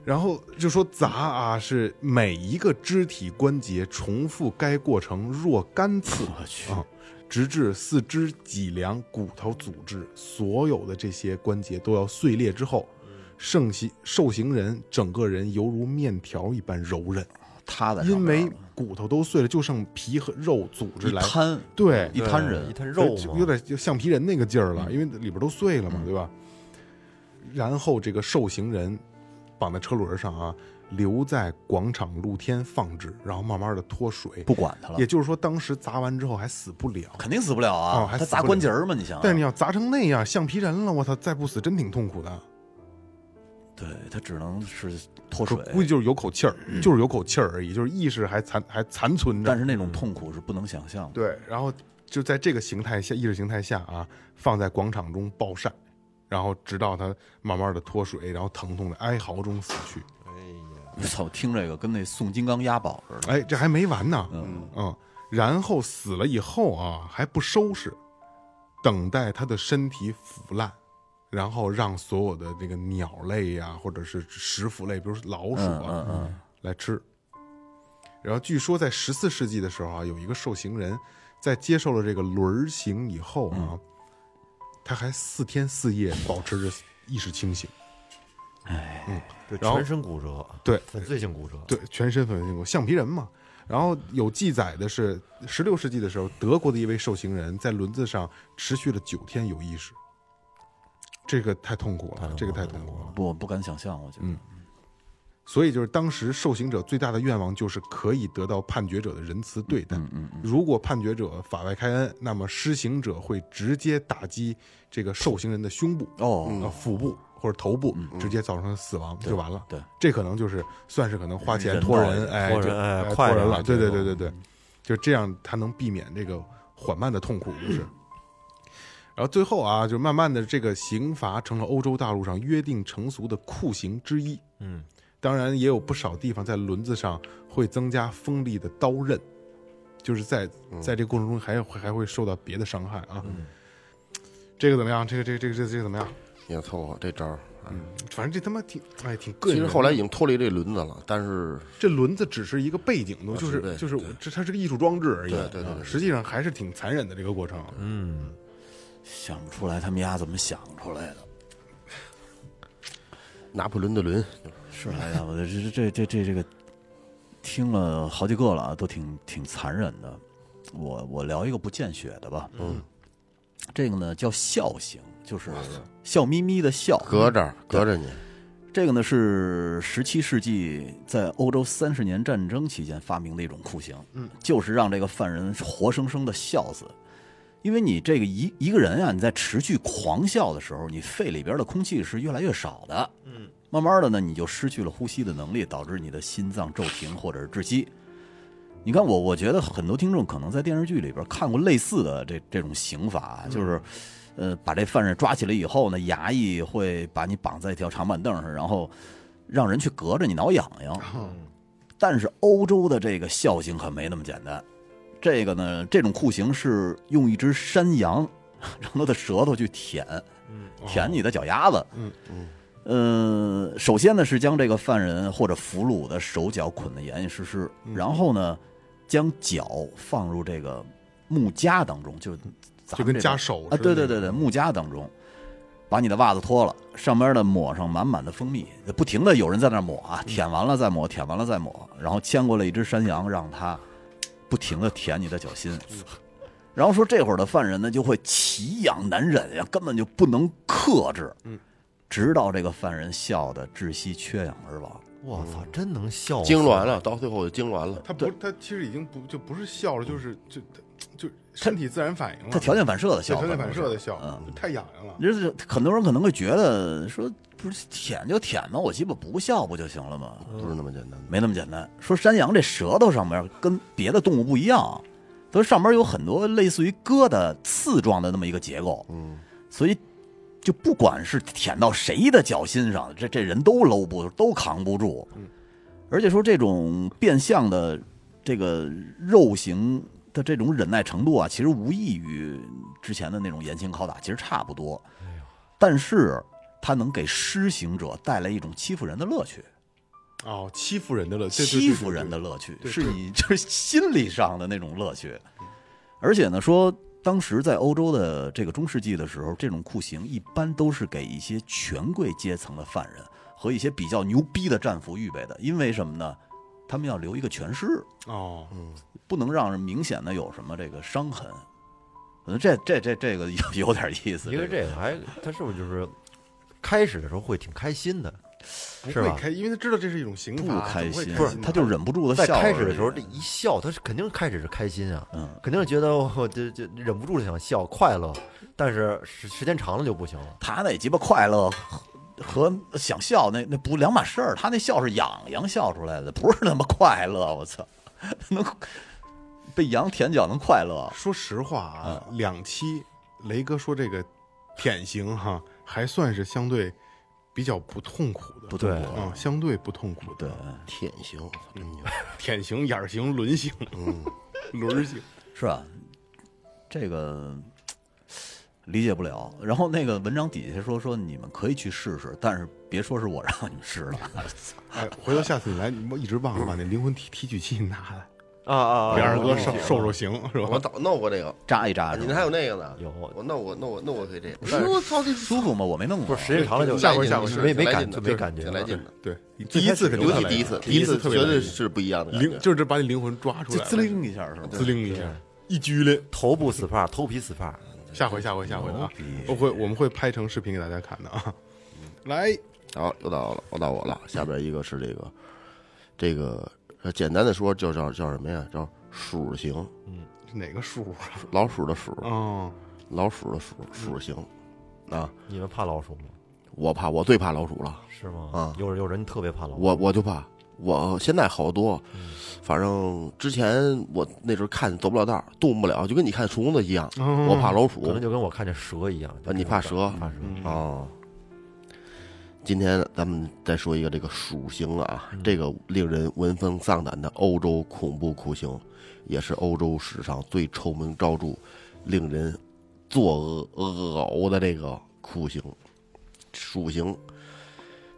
Speaker 1: 然后就说砸啊，是每一个肢体关节重复该过程若干次，
Speaker 6: 我去，
Speaker 1: 啊，直至四肢、脊梁、骨头组织所有的这些关节都要碎裂之后，
Speaker 6: 嗯
Speaker 1: 圣刑受刑人整个人犹如面条一般柔韧，
Speaker 6: 塌在上
Speaker 1: 因
Speaker 6: 面
Speaker 1: 为
Speaker 6: 了
Speaker 1: 骨头都碎了，就剩皮和肉组织
Speaker 6: 一
Speaker 1: 来
Speaker 6: 摊
Speaker 1: 对
Speaker 6: 一嗯摊人
Speaker 2: 一，滩肉
Speaker 1: 就
Speaker 2: 嘛，
Speaker 1: 有点就橡皮人那个劲儿了，因为里边都碎了嘛，
Speaker 6: 嗯
Speaker 1: 对吧？然后这个受刑人绑在车轮上啊，留在广场露天放置，然后慢慢的脱水。
Speaker 6: 不管他了
Speaker 1: 也，就是说，当时砸完之后还死不了，
Speaker 6: 肯定死不了啊
Speaker 1: 哦，还
Speaker 6: 他
Speaker 1: 死
Speaker 6: 砸
Speaker 1: 不
Speaker 6: 关
Speaker 1: 了
Speaker 6: 节儿嘛，你想啊，
Speaker 1: 但是你要砸成那样，橡皮人了，我操，再不死真挺痛苦的。
Speaker 6: 对他只能是脱
Speaker 1: 可
Speaker 6: 水，嗯
Speaker 1: 估计就是有口气儿，就是有口气儿而已，就是意识还残还残存着。
Speaker 6: 但是那种痛苦是不能想象的，
Speaker 1: 对，然后就在这个形态下，意识形态下啊，放在广场中暴晒，然后直到他慢慢的脱水，然后疼痛的哀嚎中死去。
Speaker 6: 嗯我操，听这个跟那宋金刚押宝似的，
Speaker 1: 哎，这还没完呢，
Speaker 6: 嗯
Speaker 1: 然后死了以后啊，还不收拾，等待他的身体腐烂，然后让所有的这个鸟类呀、或者是食腐类，比如说老鼠
Speaker 6: 嗯
Speaker 1: 啊，
Speaker 6: 嗯嗯，
Speaker 1: 来吃。然后据说在十四世纪的时候啊，有一个受刑人在接受了这个轮刑以后啊，他还四天四夜保持着意识清醒，
Speaker 2: 就
Speaker 1: 然后
Speaker 2: 全身骨折，
Speaker 1: 对
Speaker 2: 粉碎性骨折，
Speaker 1: 对，全身粉碎性骨橡皮人嘛。然后有记载的是，十六世纪的时候，德国的一位受刑人在轮子上持续了九天有意识，这个太痛苦了，这个太痛苦了。
Speaker 6: 不我不敢想象，我觉得，
Speaker 1: 嗯所以就是当时受刑者最大的愿望就是可以得到判决者的仁慈对待。如果判决者法外开恩，那么施行者会直接打击这个受刑人的胸部、
Speaker 6: 哦
Speaker 1: 呃腹部或者头部，直接造成他死亡就完了。
Speaker 6: 对，
Speaker 1: 这可能就是算是可能花钱
Speaker 6: 人
Speaker 1: 托
Speaker 6: 道
Speaker 1: 人，
Speaker 6: 一
Speaker 1: 哎，
Speaker 2: 托
Speaker 1: 就
Speaker 2: 人哎
Speaker 1: 哎托
Speaker 2: 快
Speaker 1: 人
Speaker 2: 点
Speaker 1: 了。
Speaker 2: 儿
Speaker 1: 对
Speaker 2: 这
Speaker 1: 对
Speaker 2: 种
Speaker 1: 对对对，就这样他能避免这个缓慢的痛苦，不是？然后最后啊，就慢慢的这个刑罚成了欧洲大陆上约定成俗的酷刑之一。
Speaker 2: 嗯，
Speaker 1: 当然也有不少地方在轮子上会增加锋利的刀刃，就是在在这个过程中还会还会受到别的伤害啊。这个怎么样？这个这个这个这个这个怎么样？
Speaker 5: 也凑合这招儿。
Speaker 1: 反正这他妈挺哎挺个
Speaker 5: 其
Speaker 1: 人的。
Speaker 5: 实后来已经脱离这轮子了，但是
Speaker 1: 这轮子只是一个背景东西，就
Speaker 5: 啊
Speaker 1: 是
Speaker 5: 对
Speaker 1: 就是我这它是个艺术装置而已。
Speaker 5: 对对对
Speaker 1: 啊
Speaker 5: 对
Speaker 1: 实际上还是挺残忍的这个过程。
Speaker 6: 嗯想不出来他们丫怎么想出来的。
Speaker 5: 拿破仑的轮
Speaker 2: 嗯
Speaker 6: 是，哎呀，我这这这这这个听了好几个了啊，都挺挺残忍的。我我聊一个不见血的吧，嗯，这个呢叫笑型，就是笑眯眯的笑。
Speaker 5: 隔着儿隔着你，
Speaker 6: 这个呢是十七世纪在欧洲三十年战争期间发明的一种酷刑，嗯，就是让这个犯人活生生的笑死。因为你这个一一个人啊，你在持续狂笑的时候，你肺里边的空气是越来越少的，嗯，慢慢的呢，你就失去了呼吸的能力，导致你的心脏骤停或者是窒息。你看我，我觉得很多听众可能在电视剧里边看过类似的这这种刑罚啊，就是，呃，把这犯人抓起来以后呢，衙役会把你绑在一条长板凳上，然后让人去隔着你挠痒痒。但是欧洲的这个笑刑可没那么简单，这个呢，这种酷刑是用一只山羊， 让它的舌头去舔，
Speaker 1: 嗯
Speaker 6: 舔
Speaker 1: 哦
Speaker 6: 你的脚丫子。哦嗯嗯。呃，首先呢是将这个犯人或者俘虏的手脚捆得严严实实，然后呢，将脚放入这个木枷当中，就咱
Speaker 1: 就
Speaker 6: 们
Speaker 1: 跟
Speaker 6: 这
Speaker 1: 夹
Speaker 6: 种
Speaker 1: 手
Speaker 6: 啊，
Speaker 1: 似的
Speaker 6: 对对对对，木枷当中，把你的袜子脱了，上边呢抹上满满的蜂蜜，不停的有人在那儿抹
Speaker 1: 嗯
Speaker 6: 啊，舔完了再抹，舔完了再抹，然后牵过来一只山羊，让它不停的舔你的脚心。
Speaker 1: 嗯
Speaker 6: 然后说这会儿的犯人呢就会奇痒难忍呀，根本就不能克制，嗯，直到这个犯人笑得窒息缺氧而亡。
Speaker 2: 我操，真能笑，
Speaker 5: 痉挛。了，到最后就痉挛了。
Speaker 1: 他不，他其实已经不就不是笑了，就是就就就身体自然反应了，
Speaker 6: 他条件反射的
Speaker 1: 对
Speaker 6: 笑，
Speaker 1: 条件反射的
Speaker 6: 嗯
Speaker 1: 笑，就太痒痒了。
Speaker 6: 就是很多人可能会觉得说，不是舔就舔嘛，我鸡巴不笑不就行了吗？
Speaker 5: 不是那么简单的。
Speaker 6: 没那么简单。说山羊这舌头上面跟别的动物不一样，它上面有很多类似于疙瘩、刺状的那么一个结构，嗯，所以就不管是舔到谁的脚心上，这这人都搂不都扛不住，嗯，而且说这种变相的这个肉刑的这种忍耐程度啊，其实无异于之前的那种严刑拷打，其实差不多，但是它能给施行者带来一种欺负人的乐趣，
Speaker 1: 哦，欺负人的了，对对对
Speaker 6: 欺负人的乐趣，是你就是心理上的那种乐趣。而且呢，说当时在欧洲的这个中世纪的时候，这种酷刑一般都是给一些权贵阶层的犯人和一些比较牛逼的战俘预备的，因为什么呢？他们要留一个全尸，
Speaker 1: 哦，
Speaker 6: 嗯不能让人明显的有什么这个伤痕。嗯，这这这这个有有点意思，
Speaker 2: 因为
Speaker 6: 这个
Speaker 2: 这个还，他是不是就是开始的时候会挺开心的，
Speaker 1: 不
Speaker 2: 是
Speaker 1: 会
Speaker 2: 吧？
Speaker 1: 开，因为他知道这是一种刑
Speaker 6: 不
Speaker 1: 罚，
Speaker 6: 开
Speaker 1: 怎么会
Speaker 6: 心，
Speaker 1: 开心
Speaker 6: 他就忍不住的
Speaker 2: 在
Speaker 6: 笑。
Speaker 2: 开始的时
Speaker 5: 啊
Speaker 2: 候，这一笑，他是肯定开始是开心啊，
Speaker 6: 嗯
Speaker 2: 肯定是觉得我这这忍不住的想笑，快乐，但是时时间长了就不行了。
Speaker 6: 他那鸡巴快乐和想笑那那不两码事儿，他那笑是痒痒笑出来的，不是那么快乐。我操，能被羊舔脚能快乐？
Speaker 1: 说实话啊，
Speaker 5: 嗯
Speaker 1: 两期雷哥说这个舔型哈，还算是相对比较不痛苦的，
Speaker 6: 不痛苦
Speaker 1: 啊，相对不痛苦的。
Speaker 6: 对，
Speaker 2: 嗯
Speaker 5: 舔型，我操真牛！
Speaker 1: 舔型、眼儿型、轮型，
Speaker 5: 嗯
Speaker 1: 轮儿型，
Speaker 6: 是吧？这个理解不了。然后那个文章底下说说你们可以去试试，但是别说是我让你们试了。
Speaker 1: 哎，回头下次你来，你一直忘
Speaker 5: 嗯
Speaker 1: 了把那灵魂提提取器拿来，
Speaker 2: 啊啊
Speaker 5: 哦
Speaker 2: 啊！
Speaker 1: 给二哥受受受刑是
Speaker 5: 我
Speaker 1: 吧？啊
Speaker 5: 早弄过这个，
Speaker 6: 扎一扎是
Speaker 5: 哎你
Speaker 6: 吧，
Speaker 5: 们还有那个呢？
Speaker 2: 有
Speaker 5: 我那我那我那我可以这样。
Speaker 6: 我操，这舒服吗？我没弄
Speaker 2: 不
Speaker 6: 过
Speaker 2: 是，时间长了就
Speaker 1: 下回下回
Speaker 5: 是
Speaker 2: 没没
Speaker 5: 来
Speaker 2: 感
Speaker 5: 劲的
Speaker 2: 就没感觉
Speaker 5: 挺
Speaker 2: 了
Speaker 5: 来劲的，
Speaker 1: 对，第一次肯定
Speaker 5: 尤
Speaker 1: 特
Speaker 5: 其
Speaker 1: 来
Speaker 5: 第一
Speaker 1: 劲
Speaker 5: 次，
Speaker 1: 第
Speaker 5: 第一
Speaker 1: 次特
Speaker 5: 次绝
Speaker 1: 别来
Speaker 5: 对
Speaker 1: 劲
Speaker 5: 是不一样的感
Speaker 1: 灵，
Speaker 5: 觉。
Speaker 1: 就是把你灵魂抓出
Speaker 6: 就
Speaker 1: 来了，
Speaker 6: 滋灵一下是吧？
Speaker 1: 滋灵一下，一拘溜。
Speaker 2: 头部 SPA，头皮 SPA，
Speaker 1: 下回下回下回的啊，我会我们会拍成视频给大家看的啊。
Speaker 5: 嗯
Speaker 1: 来，
Speaker 5: 好，又到了，又到我了。下边一个是这个，这个呃简单的说，就叫叫什么呀？叫鼠刑，
Speaker 1: 是哪个数啊？
Speaker 5: 老鼠的鼠，
Speaker 1: 哦，
Speaker 5: 老鼠的鼠，鼠刑。啊，
Speaker 2: 你们怕老鼠吗？
Speaker 5: 我怕，我最怕老鼠了，
Speaker 2: 是吗？
Speaker 5: 啊
Speaker 2: 有有人特别怕老鼠。
Speaker 5: 我我就怕。我现在好多，
Speaker 1: 嗯
Speaker 5: 反正之前我那时候看走不了道儿，动不了，就跟你看虫子一样。
Speaker 1: 哦
Speaker 5: 我怕老鼠，
Speaker 2: 可能就跟我看见蛇一样，就
Speaker 5: 啊你
Speaker 2: 这种
Speaker 5: 怕
Speaker 2: 感
Speaker 5: 蛇
Speaker 2: 怕蛇，
Speaker 5: 哦，今天咱们再说一个这个鼠刑啊，这个令人闻风丧胆的欧洲恐怖酷刑，也是欧洲史上最臭名昭著、令人作恶恶呕的这个酷刑。鼠刑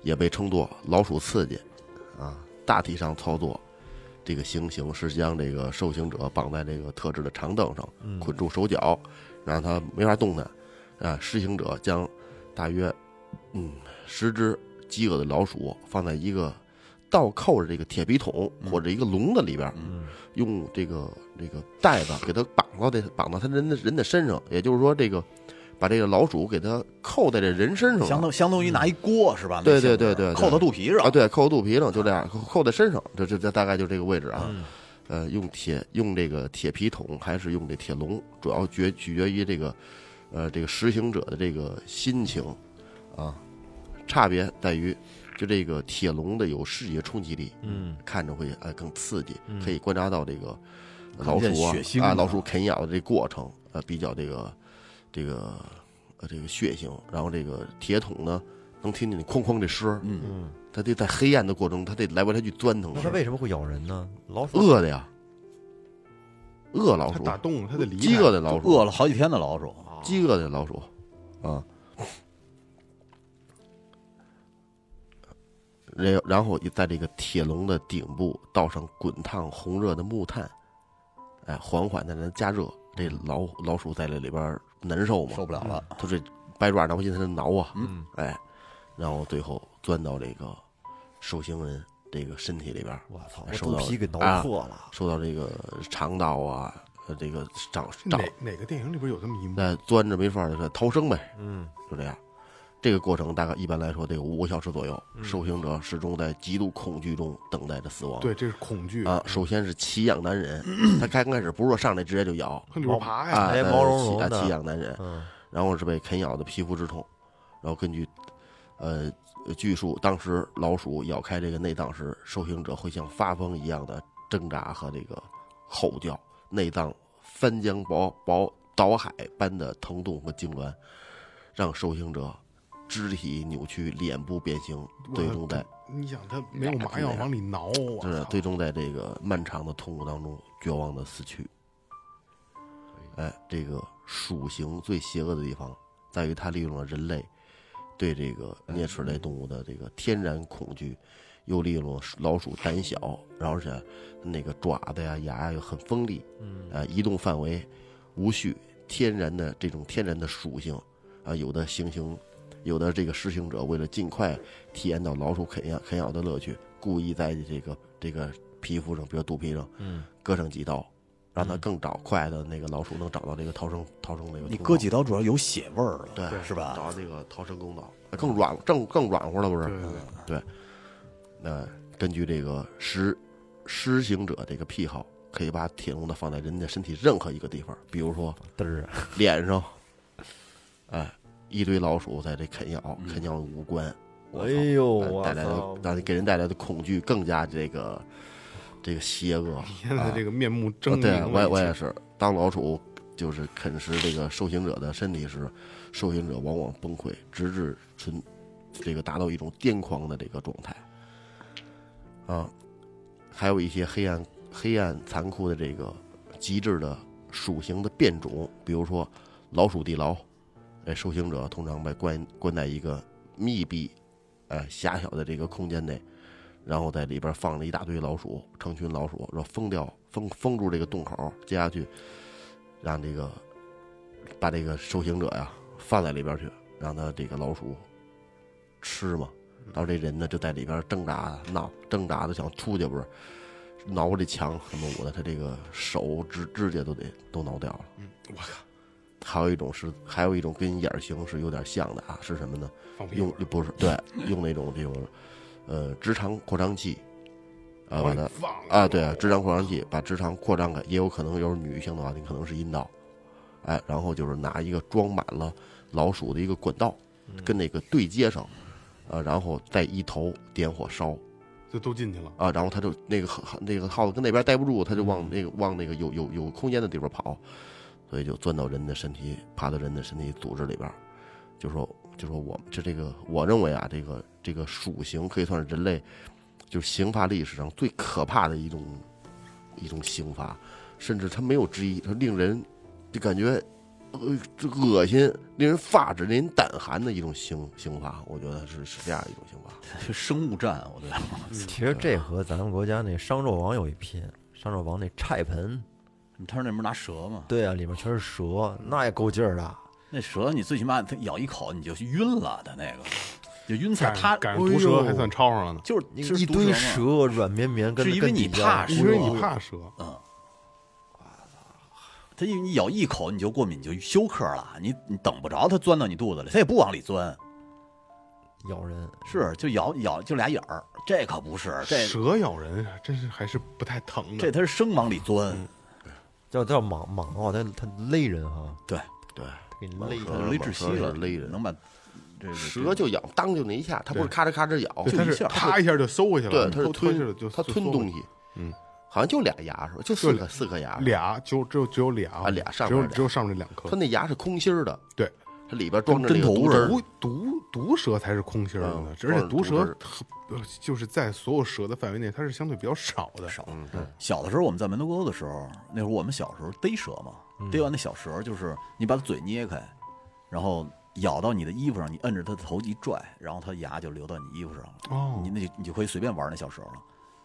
Speaker 5: 也被称作老鼠刺激啊。大体上操作，这个行刑是将这个受刑者绑在这个特制的长凳上，捆住手脚，让他没法动弹。啊，施行者将大约嗯十只饥饿的老鼠放在一个倒扣着这个铁皮桶或者一个笼子里边，用这个这个带子给它绑到这绑到他人的人的身上，也就是说，这个把这个老鼠给它扣在这人身上
Speaker 6: 相
Speaker 5: 了
Speaker 6: 当相当于拿一锅是吧？
Speaker 5: 对
Speaker 6: 那性质
Speaker 5: 对对对对
Speaker 6: 扣到肚皮上
Speaker 5: 啊，，对，扣肚皮上就这样扣扣在身上，这这这大概就这个位置啊。呃，用铁用这个铁皮桶还是用这铁笼，主要决取决于这个呃这个实行者的这个心情啊，差别在于就这个铁笼的有视觉冲击力，
Speaker 2: 嗯，
Speaker 5: 看着会呃更刺激，可以观察到这个老
Speaker 6: 见
Speaker 5: 鼠啊
Speaker 6: 血腥
Speaker 5: 啊
Speaker 6: 的
Speaker 5: 老鼠啃咬的这过程，呃比较这个这个呃这个血腥，然后这个铁桶呢能听见你哐哐这声，嗯嗯，它得在黑暗的过程，它得来回来去钻腾
Speaker 2: 那，它为什么会咬人呢？老鼠
Speaker 5: 饿的呀，饿老
Speaker 1: 它
Speaker 5: 鼠，
Speaker 1: 打洞了，它得离开
Speaker 5: 饥饿的老鼠，
Speaker 6: 饿了好几天的老鼠，
Speaker 5: 饥饿的老鼠，啊，然然后在这个铁笼的顶部倒上滚烫红热的木炭，哎，缓缓的加热，这老老鼠在这里边儿难受嘛，
Speaker 6: 受不嗯了了，
Speaker 5: 它这掰爪挠心，它这挠啊，
Speaker 2: 嗯，
Speaker 5: 哎，然后最后钻到这个受刑人这个身体里边儿，
Speaker 2: 我操，我
Speaker 5: 哎受到
Speaker 2: 肚皮给挠
Speaker 5: 啊
Speaker 2: 破了，
Speaker 5: 受到这个肠道啊，呃，这个长
Speaker 1: 是
Speaker 5: 长
Speaker 1: 哪哪个电影里边有这么一幕？
Speaker 5: 那钻着没法儿就是逃生呗，
Speaker 2: 嗯，
Speaker 5: 就这样。这个过程大概一般来说得有五个小时左右，
Speaker 2: 嗯
Speaker 5: 受刑者始终在极度恐惧中等待着死亡。
Speaker 1: 对，这是恐惧
Speaker 5: 啊，首先是奇痒难忍，他刚开始不是说上来直接就咬
Speaker 1: 它里边爬呀，
Speaker 5: 啊，
Speaker 2: 哎
Speaker 5: 但是
Speaker 2: 毛茸茸
Speaker 5: 奇啊
Speaker 2: 的
Speaker 5: 奇痒难忍，
Speaker 2: 嗯
Speaker 5: 然后是被啃咬的皮肤之痛，然后根据呃据述，当时老鼠咬开这个内脏时，受刑者会像发疯一样的挣扎和这个吼叫，内脏翻江倒倒倒海般的疼痛和痉挛，让受刑者肢体扭曲，脸部变形，
Speaker 1: 我
Speaker 5: 最终在
Speaker 1: 你想它没有麻药往里挠，我
Speaker 5: 就是
Speaker 1: 操
Speaker 5: 最终在这个漫长的痛苦当中绝望的死去。哎，这个鼠刑最邪恶的地方在于它利用了人类对这个啮齿类动物的这个天然恐惧，又利用了老鼠胆小，然后是那个爪子呀、牙呀又很锋利，嗯，啊，移动范围无序，天然的这种天然的属性啊，有的行刑，有的这个施行者为了尽快体验到老鼠啃咬啃咬的乐趣，故意在这个这个皮肤上，比如肚皮上，
Speaker 2: 嗯，
Speaker 5: 割上几刀，让它更找快的那个老鼠能找到这个逃生逃生那个通道。
Speaker 6: 你割几啊刀主要有血味儿了，
Speaker 5: 对
Speaker 6: 是吧？
Speaker 5: 找到那个逃生通道，更软更更软和了，不是？
Speaker 1: 对对对
Speaker 5: 那根据这个施施行者这个癖好，可以把铁笼子放在人的身体任何一个地方，比如说
Speaker 2: 嘚儿，啊
Speaker 5: 脸上，哎，一堆老鼠在这啃咬，啃咬五官，我
Speaker 2: 哎
Speaker 5: 操
Speaker 2: 呦，
Speaker 5: 哎
Speaker 2: 嗯我
Speaker 5: 带来的
Speaker 2: 操，
Speaker 5: 让你给人带来的恐惧更加这个这个邪恶。
Speaker 1: 现在这个面目狰狞
Speaker 5: 啊对
Speaker 1: 了，
Speaker 5: 我也
Speaker 1: 已
Speaker 5: 我也
Speaker 1: 经
Speaker 5: 是，当老鼠就是啃食这个受刑者的身体时，受刑者往往崩溃，直至存这个达到一种癫狂的这个状态。啊，还有一些黑暗、黑暗、残酷的这个极致的鼠刑的变种，比如说老鼠地牢，哎，受刑者通常被关关在一个密闭、呃狭小的这个空间内，然后在里边放了一大堆老鼠，成群老鼠，然后封掉封封住这个洞口，接下去让这个把这个受刑者呀放在里边去，让他这个老鼠吃嘛。然后这人呢就在里边挣扎闹，挣扎的想出去，不是挠这墙什么我的，他这个手指指甲都得都挠掉了。
Speaker 1: 嗯我靠，
Speaker 5: 还有一种是，还有一种跟眼儿型是有点像的啊，是什么呢？
Speaker 1: 放屁
Speaker 5: 用
Speaker 1: 股
Speaker 5: 不是对，用那种这种，呃，直肠扩张器，啊，把
Speaker 1: 往里
Speaker 5: 它
Speaker 1: 放
Speaker 5: 啊，对啊，直肠扩张器把直肠扩张开，也有可能有女性的话，你可能是阴道，哎，然后就是拿一个装满了老鼠的一个管道，跟那个对接上，啊，然后再一头点火烧，
Speaker 1: 就都进去了。
Speaker 5: 啊，然后他就那个那个耗子跟那边待不住，他就往那个往那个有有有空间的地方跑，所以就钻到人的身体，爬到人的身体组织里边儿，就说就说我就这个我认为啊，这个这个鼠刑可以算是人类就是刑罚历史上最可怕的一种一种刑罚，甚至它没有之一，它令人就感觉呃，这恶心、令人发指、令人胆寒的一种刑刑罚，我觉得是是这样一种刑罚。
Speaker 6: 生物战，我觉 得
Speaker 2: 其实这和咱们国家那商纣王有一拼，商纣王那菜盆，
Speaker 6: 他那不是拿蛇吗？
Speaker 2: 对啊，里面全是蛇，那也够劲儿的。
Speaker 6: 那蛇你最起码它咬一口你就晕了的那个，就晕菜。
Speaker 1: 赶
Speaker 6: 它
Speaker 5: 哎
Speaker 1: 赶上毒蛇还算抄上了呢，
Speaker 6: 就是
Speaker 2: 你
Speaker 6: 就是
Speaker 2: 一
Speaker 6: 毒
Speaker 2: 堆
Speaker 6: 蛇嘛，
Speaker 2: 蛇软绵绵，跟
Speaker 6: 是因为
Speaker 2: 跟
Speaker 6: 你
Speaker 2: 底一
Speaker 6: 怕
Speaker 5: 哎
Speaker 2: 样
Speaker 6: 蛇
Speaker 1: 因为你怕蛇，
Speaker 6: 它一你咬一口你就过敏，你就休克了，你你等不着它钻到你肚子里，它也不往里钻，
Speaker 2: 咬人。
Speaker 6: 是就咬咬就俩眼儿，这可不是这
Speaker 1: 蛇咬人啊真是还是不太疼
Speaker 6: 这
Speaker 1: 的。
Speaker 6: 它是生往里钻，
Speaker 2: 叫叫蟒蟒哦，它它勒人哈，
Speaker 6: 对，
Speaker 5: 对，
Speaker 2: 它给你勒
Speaker 5: 蟒蛇
Speaker 2: 着。
Speaker 6: 勒窒息了，
Speaker 5: 是勒人
Speaker 6: 能把这个
Speaker 5: 蛇就咬，当就那一下，它不是咔哧咔哧咬，
Speaker 1: 对，它
Speaker 6: 一
Speaker 1: 是
Speaker 6: 下
Speaker 1: 啪一下就收回去了，
Speaker 5: 对，它是
Speaker 1: 都吞下了
Speaker 5: 吞
Speaker 1: 就，
Speaker 5: 它吞东，西，
Speaker 1: 嗯，
Speaker 5: 好像就俩牙是吧？就四个四颗牙
Speaker 1: 就，俩就只有只有俩
Speaker 5: 啊俩上
Speaker 1: 只
Speaker 5: 面
Speaker 1: 有
Speaker 5: 俩
Speaker 1: 只有上面这两颗
Speaker 5: 它，那牙是空心儿的，
Speaker 1: 对，
Speaker 5: 它里边装着
Speaker 6: 跟
Speaker 5: 那个
Speaker 6: 针头
Speaker 5: 毒
Speaker 6: 似
Speaker 5: 汁
Speaker 6: 的
Speaker 5: 儿
Speaker 1: 毒，毒毒蛇才是空心儿的呢，
Speaker 5: 嗯光
Speaker 1: 而且
Speaker 5: 是
Speaker 1: 毒
Speaker 5: 毒
Speaker 1: 蛇
Speaker 5: 汁儿
Speaker 1: 特呃就是在所有蛇的范围内，它是相对比较少的。
Speaker 6: 少。小的时候我们在门头沟的时候，那会儿我们小时候逮蛇嘛，逮完那小蛇就是你把它嘴捏开，然后咬到你的衣服上，你摁着它的头一拽，然后它牙就流到你衣服上了。
Speaker 1: 哦
Speaker 6: 你那就你就可以随便玩那小蛇了。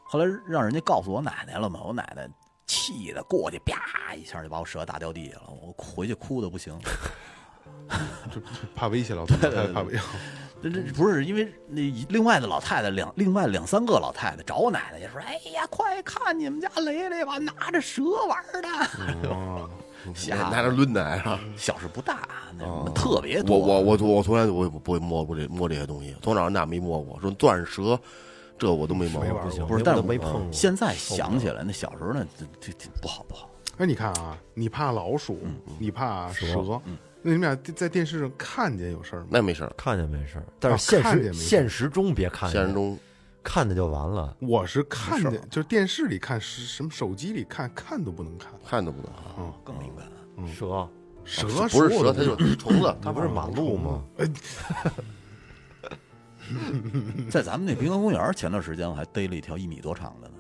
Speaker 6: 后来让人家告诉我奶奶了嘛，我奶奶气的过去啪一下就把我蛇打掉地下了，我回去哭的不行。
Speaker 1: 就就怕威胁老太太，怕威胁。
Speaker 6: 这这不是因为那另外的老太太两另外两三个老太太找我奶奶也说，哎呀，快看你们家雷雷吧，拿着蛇玩的，
Speaker 1: 哦，
Speaker 6: 吓得
Speaker 5: 哎拿着抡的是吧？
Speaker 6: 小事不大，啊那什么 特别
Speaker 5: 我
Speaker 6: 多。啊
Speaker 5: 我我我从来我也不会摸过这摸这些东西，从小到大没摸过，说钻蛇，这我都没摸
Speaker 1: 没
Speaker 5: 过
Speaker 1: 玩。过
Speaker 2: 行
Speaker 6: 不是，
Speaker 2: 那
Speaker 6: 但
Speaker 2: 我
Speaker 6: 是
Speaker 2: 都没碰过。
Speaker 6: 现在想起来，那小时候那这这这不好不好，
Speaker 1: 哎，你看啊，你怕老鼠，
Speaker 5: 嗯
Speaker 1: 你怕蛇，那你们俩在电视上看见有事儿吗？
Speaker 5: 那没事儿，
Speaker 2: 看见没事儿，但是
Speaker 1: 啊
Speaker 2: 现
Speaker 1: 看见
Speaker 2: 实
Speaker 1: 没事儿
Speaker 2: 现实中别
Speaker 6: 哎
Speaker 2: 看见，
Speaker 5: 现实中
Speaker 2: 看见就完了。
Speaker 1: 我是看
Speaker 5: 没事
Speaker 1: 见，就是电视里看，是什么手机里看，看都不能看。
Speaker 5: 看都不能。
Speaker 6: 更敏感。
Speaker 2: 蛇
Speaker 1: 蛇
Speaker 5: 不是
Speaker 1: 所有的
Speaker 5: 蛇，它就是虫子。
Speaker 2: 它不是
Speaker 6: 啊
Speaker 2: 马路吗？
Speaker 6: 在咱们那滨江公园，前段时间我还逮了一条一米多长的呢。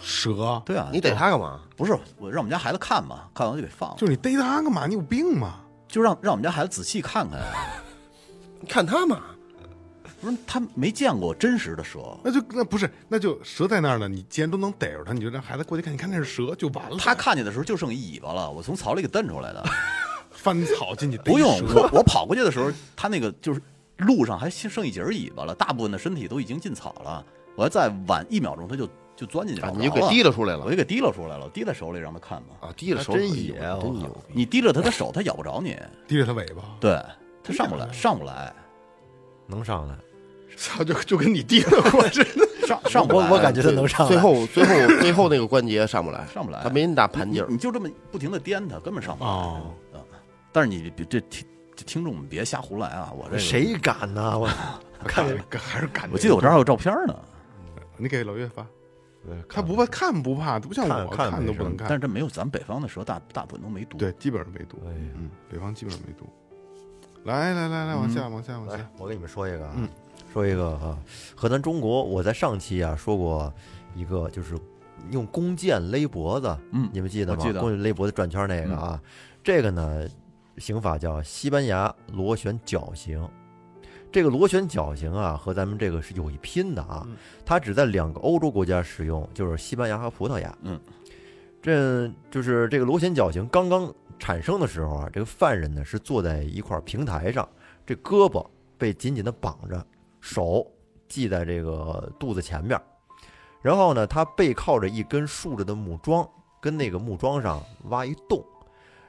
Speaker 1: 蛇，
Speaker 6: 对啊，
Speaker 5: 你逮它干嘛？
Speaker 6: 不是我让我们家孩子看嘛，看完就给放了，
Speaker 1: 就是你逮它干嘛？你有病吗？
Speaker 6: 就让让我们家孩子仔细看看啊。
Speaker 5: 你看它嘛，
Speaker 6: 不是他没见过真实的蛇，
Speaker 1: 那就那不是，那就蛇在那儿呢。你既然都能逮着它，你就让孩子过去看，你看那是蛇就完了。
Speaker 6: 他看见的时候就剩一尾巴了，我从草里给蹬出来的。
Speaker 1: 翻草进去逮
Speaker 6: 不用
Speaker 1: 蛇，
Speaker 6: 我我跑过去的时候，他那个就是路上还剩一截尾巴了，大部分的身体都已经进草了。我要再晚一秒钟，他就就钻进去
Speaker 5: 啊
Speaker 6: 找不着
Speaker 5: 你就给提
Speaker 6: 了，
Speaker 5: 了出来
Speaker 6: 我
Speaker 5: 了
Speaker 6: 就给提了出来了，我提在手里让他看嘛。
Speaker 5: 啊！提了手
Speaker 2: 真啊
Speaker 5: 可以
Speaker 2: 野
Speaker 5: 有真
Speaker 2: 我靠
Speaker 5: 牛逼！
Speaker 6: 你提了他的手，他咬不着你，
Speaker 1: 提着它尾 巴，
Speaker 6: 对他上不来，上不来，
Speaker 2: 能上来，
Speaker 5: 操，就就跟你提了过似 的。
Speaker 6: 上上不
Speaker 2: 我
Speaker 6: 来。
Speaker 2: 我感 觉它能上来。
Speaker 5: 最后最后最后那个关节上不来，
Speaker 6: 上不来
Speaker 5: 它没那么大盘劲儿
Speaker 2: 嗯
Speaker 6: 你，你就这么不停的颠他，根本上不来。
Speaker 1: 哦
Speaker 6: 嗯但是你别这听这听众们别瞎胡来啊！我这个，
Speaker 2: 谁敢呢？我看见
Speaker 1: 还是感觉。
Speaker 6: 我记得我这儿还有照片呢，
Speaker 1: 你给老岳发，
Speaker 2: 呃
Speaker 1: 他
Speaker 2: 看
Speaker 1: 不怕看不怕，不像
Speaker 2: 看
Speaker 1: 我
Speaker 2: 看
Speaker 1: 看都
Speaker 2: 没
Speaker 1: 不
Speaker 2: 事
Speaker 1: 能看
Speaker 6: 但。是这没有咱们北方的蛇大大部分都没毒。
Speaker 1: 对，基本上没毒。
Speaker 2: 哎呀
Speaker 1: 嗯，北方基本上没毒。来来来来，往下往下往
Speaker 2: 来
Speaker 1: 下，，
Speaker 2: 我给你们说一个，啊，说一个啊，和咱中国，我在上期啊说过一个，就是用弓箭勒脖子，
Speaker 6: 嗯
Speaker 2: 你们记得吗？
Speaker 6: 我记得嗯
Speaker 2: 弓箭勒脖子转圈那个啊，这个呢，刑法叫西班牙螺旋绞刑。这个螺旋绞刑啊，和咱们这个是有一拼的啊，
Speaker 6: 嗯
Speaker 2: 它只在两个欧洲国家使用，就是西班牙和葡萄牙。
Speaker 6: 嗯，
Speaker 2: 这就是这个螺旋绞刑刚刚产生的时候啊，这个犯人呢是坐在一块平台上，这胳膊被紧紧的绑着，手系在这个肚子前面，然后呢，他背靠着一根竖着的木桩，跟那个木桩上挖一洞，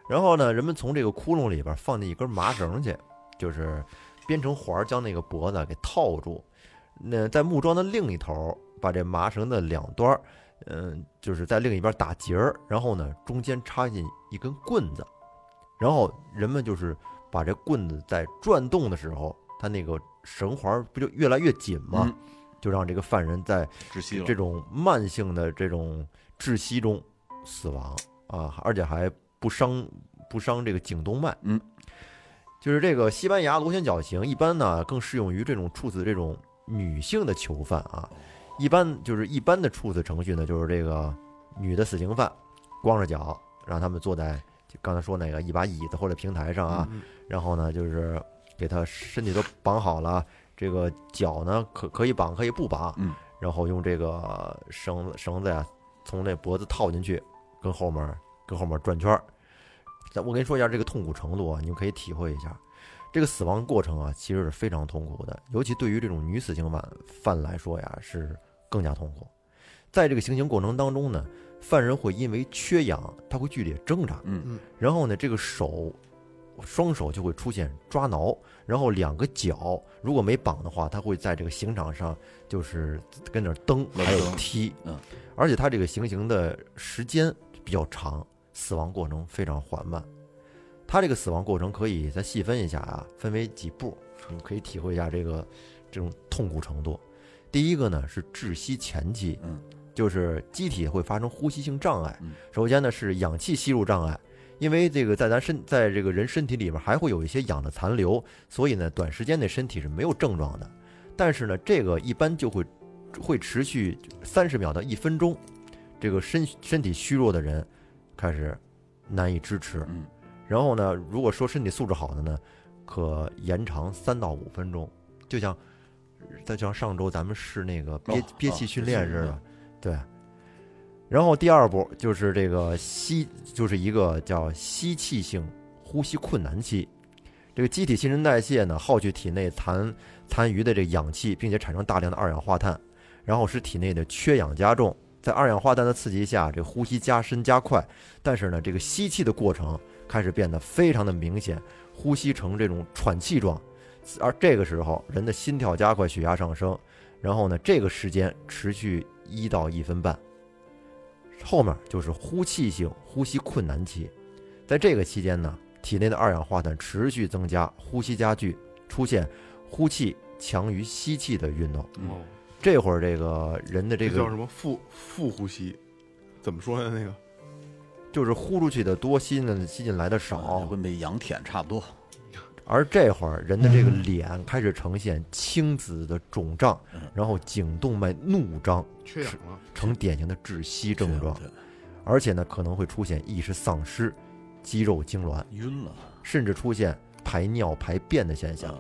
Speaker 2: 然后呢，人们从这个窟窿里边放进一根麻绳去，就是编成环儿将那个脖子给套住。那在木桩的另一头，把这麻绳的两端儿，嗯，就是在另一边打结儿，然后呢，中间插进一根棍子，然后人们就是把这棍子在转动的时候，它那个绳环儿不就越来越紧吗？
Speaker 6: 嗯
Speaker 2: 就让这个犯人在
Speaker 6: 窒息了。
Speaker 2: 这种慢性的这种窒息中死亡啊，而且还不伤不伤这个颈动脉。
Speaker 6: 嗯，
Speaker 2: 就是这个西班牙螺旋绞刑一般呢更适用于这种处死这种女性的囚犯啊。一般就是一般的处死程序呢，就是这个女的死刑犯光着脚让他们坐在就刚才说那个一把椅子或者平台上啊，
Speaker 1: 嗯
Speaker 2: 然后呢就是给他身体都绑好了，这个脚呢可可以绑可以不绑，
Speaker 6: 嗯，
Speaker 2: 然后用这个绳子绳子呀、从那脖子套进去，跟后面跟后面转圈儿。咱我跟你说一下这个痛苦程度啊，你们可以体会一下。这个死亡过程啊，其实是非常痛苦的，尤其对于这种女死刑犯犯来说呀，是更加痛苦。在这个行刑过程当中呢，犯人会因为缺氧，他会剧烈挣扎，
Speaker 6: 嗯
Speaker 2: 然后呢，这个手双手就会出现抓挠，然后两个脚如果没绑的话，他会在这个刑场上就是跟那儿蹬，
Speaker 6: 蹬
Speaker 2: 还有踢，
Speaker 6: 嗯，
Speaker 2: 而且他这个行刑的时间比较长，死亡过程非常缓慢。他这个死亡过程可以再细分一下啊，分为几步，你可以体会一下这个这种痛苦程度。第一个呢是窒息前期，
Speaker 6: 嗯，
Speaker 2: 就是机体会发生呼吸性障碍
Speaker 6: 嗯。
Speaker 2: 首先呢是氧气吸入障碍，因为这个在咱身在这个人身体里边还会有一些氧的残留，所以呢短时间内身体是没有症状的。但是呢，这个一般就会会持续三十秒到一分钟，这个身身体虚弱的人开始难以支持。
Speaker 6: 嗯
Speaker 2: 然后呢，如果说身体素质好的呢，可延长三到五分钟，就像就像上周咱们试那个憋、
Speaker 6: 哦
Speaker 2: 憋
Speaker 6: 哦
Speaker 2: 气训练似
Speaker 6: 是是
Speaker 2: 的，
Speaker 6: 是
Speaker 2: 对。然后第二步就是这个吸，就是一个叫吸气性呼吸困难期。这个机体新陈代谢呢，耗去体内残残余的这个氧气，并且产生大量的二氧化碳，然后使体内的缺氧加重。在二氧化碳的刺激下，这呼吸加深加快，但是呢，这个吸气的过程开始变得非常的明显，呼吸成这种喘气状，而这个时候人的心跳加快，血压上升，然后呢，这个时间持续一到一分半，后面就是呼气性呼吸困难期，在这个期间呢，体内的二氧化碳持续增加，呼吸加剧，出现呼气强于吸气的运动，
Speaker 1: 哦，
Speaker 2: 这会儿这个人的这
Speaker 1: 这
Speaker 2: 个
Speaker 1: 叫什么腹腹呼吸？怎么说呀？那个
Speaker 2: 就是呼出去的多，吸进吸进来的
Speaker 6: 哦，
Speaker 2: 少，
Speaker 6: 跟被羊舔差不多。
Speaker 2: 而这会儿人的这个脸开始呈现青紫的肿胀
Speaker 6: 嗯，
Speaker 2: 然后颈动脉怒张，
Speaker 1: 缺氧了，
Speaker 2: 呈典型的窒息症状
Speaker 6: 对，
Speaker 2: 而且呢可能会出现意识丧失、肌肉痉挛，
Speaker 6: 晕了。啊
Speaker 2: 甚至出现排尿排便的现象。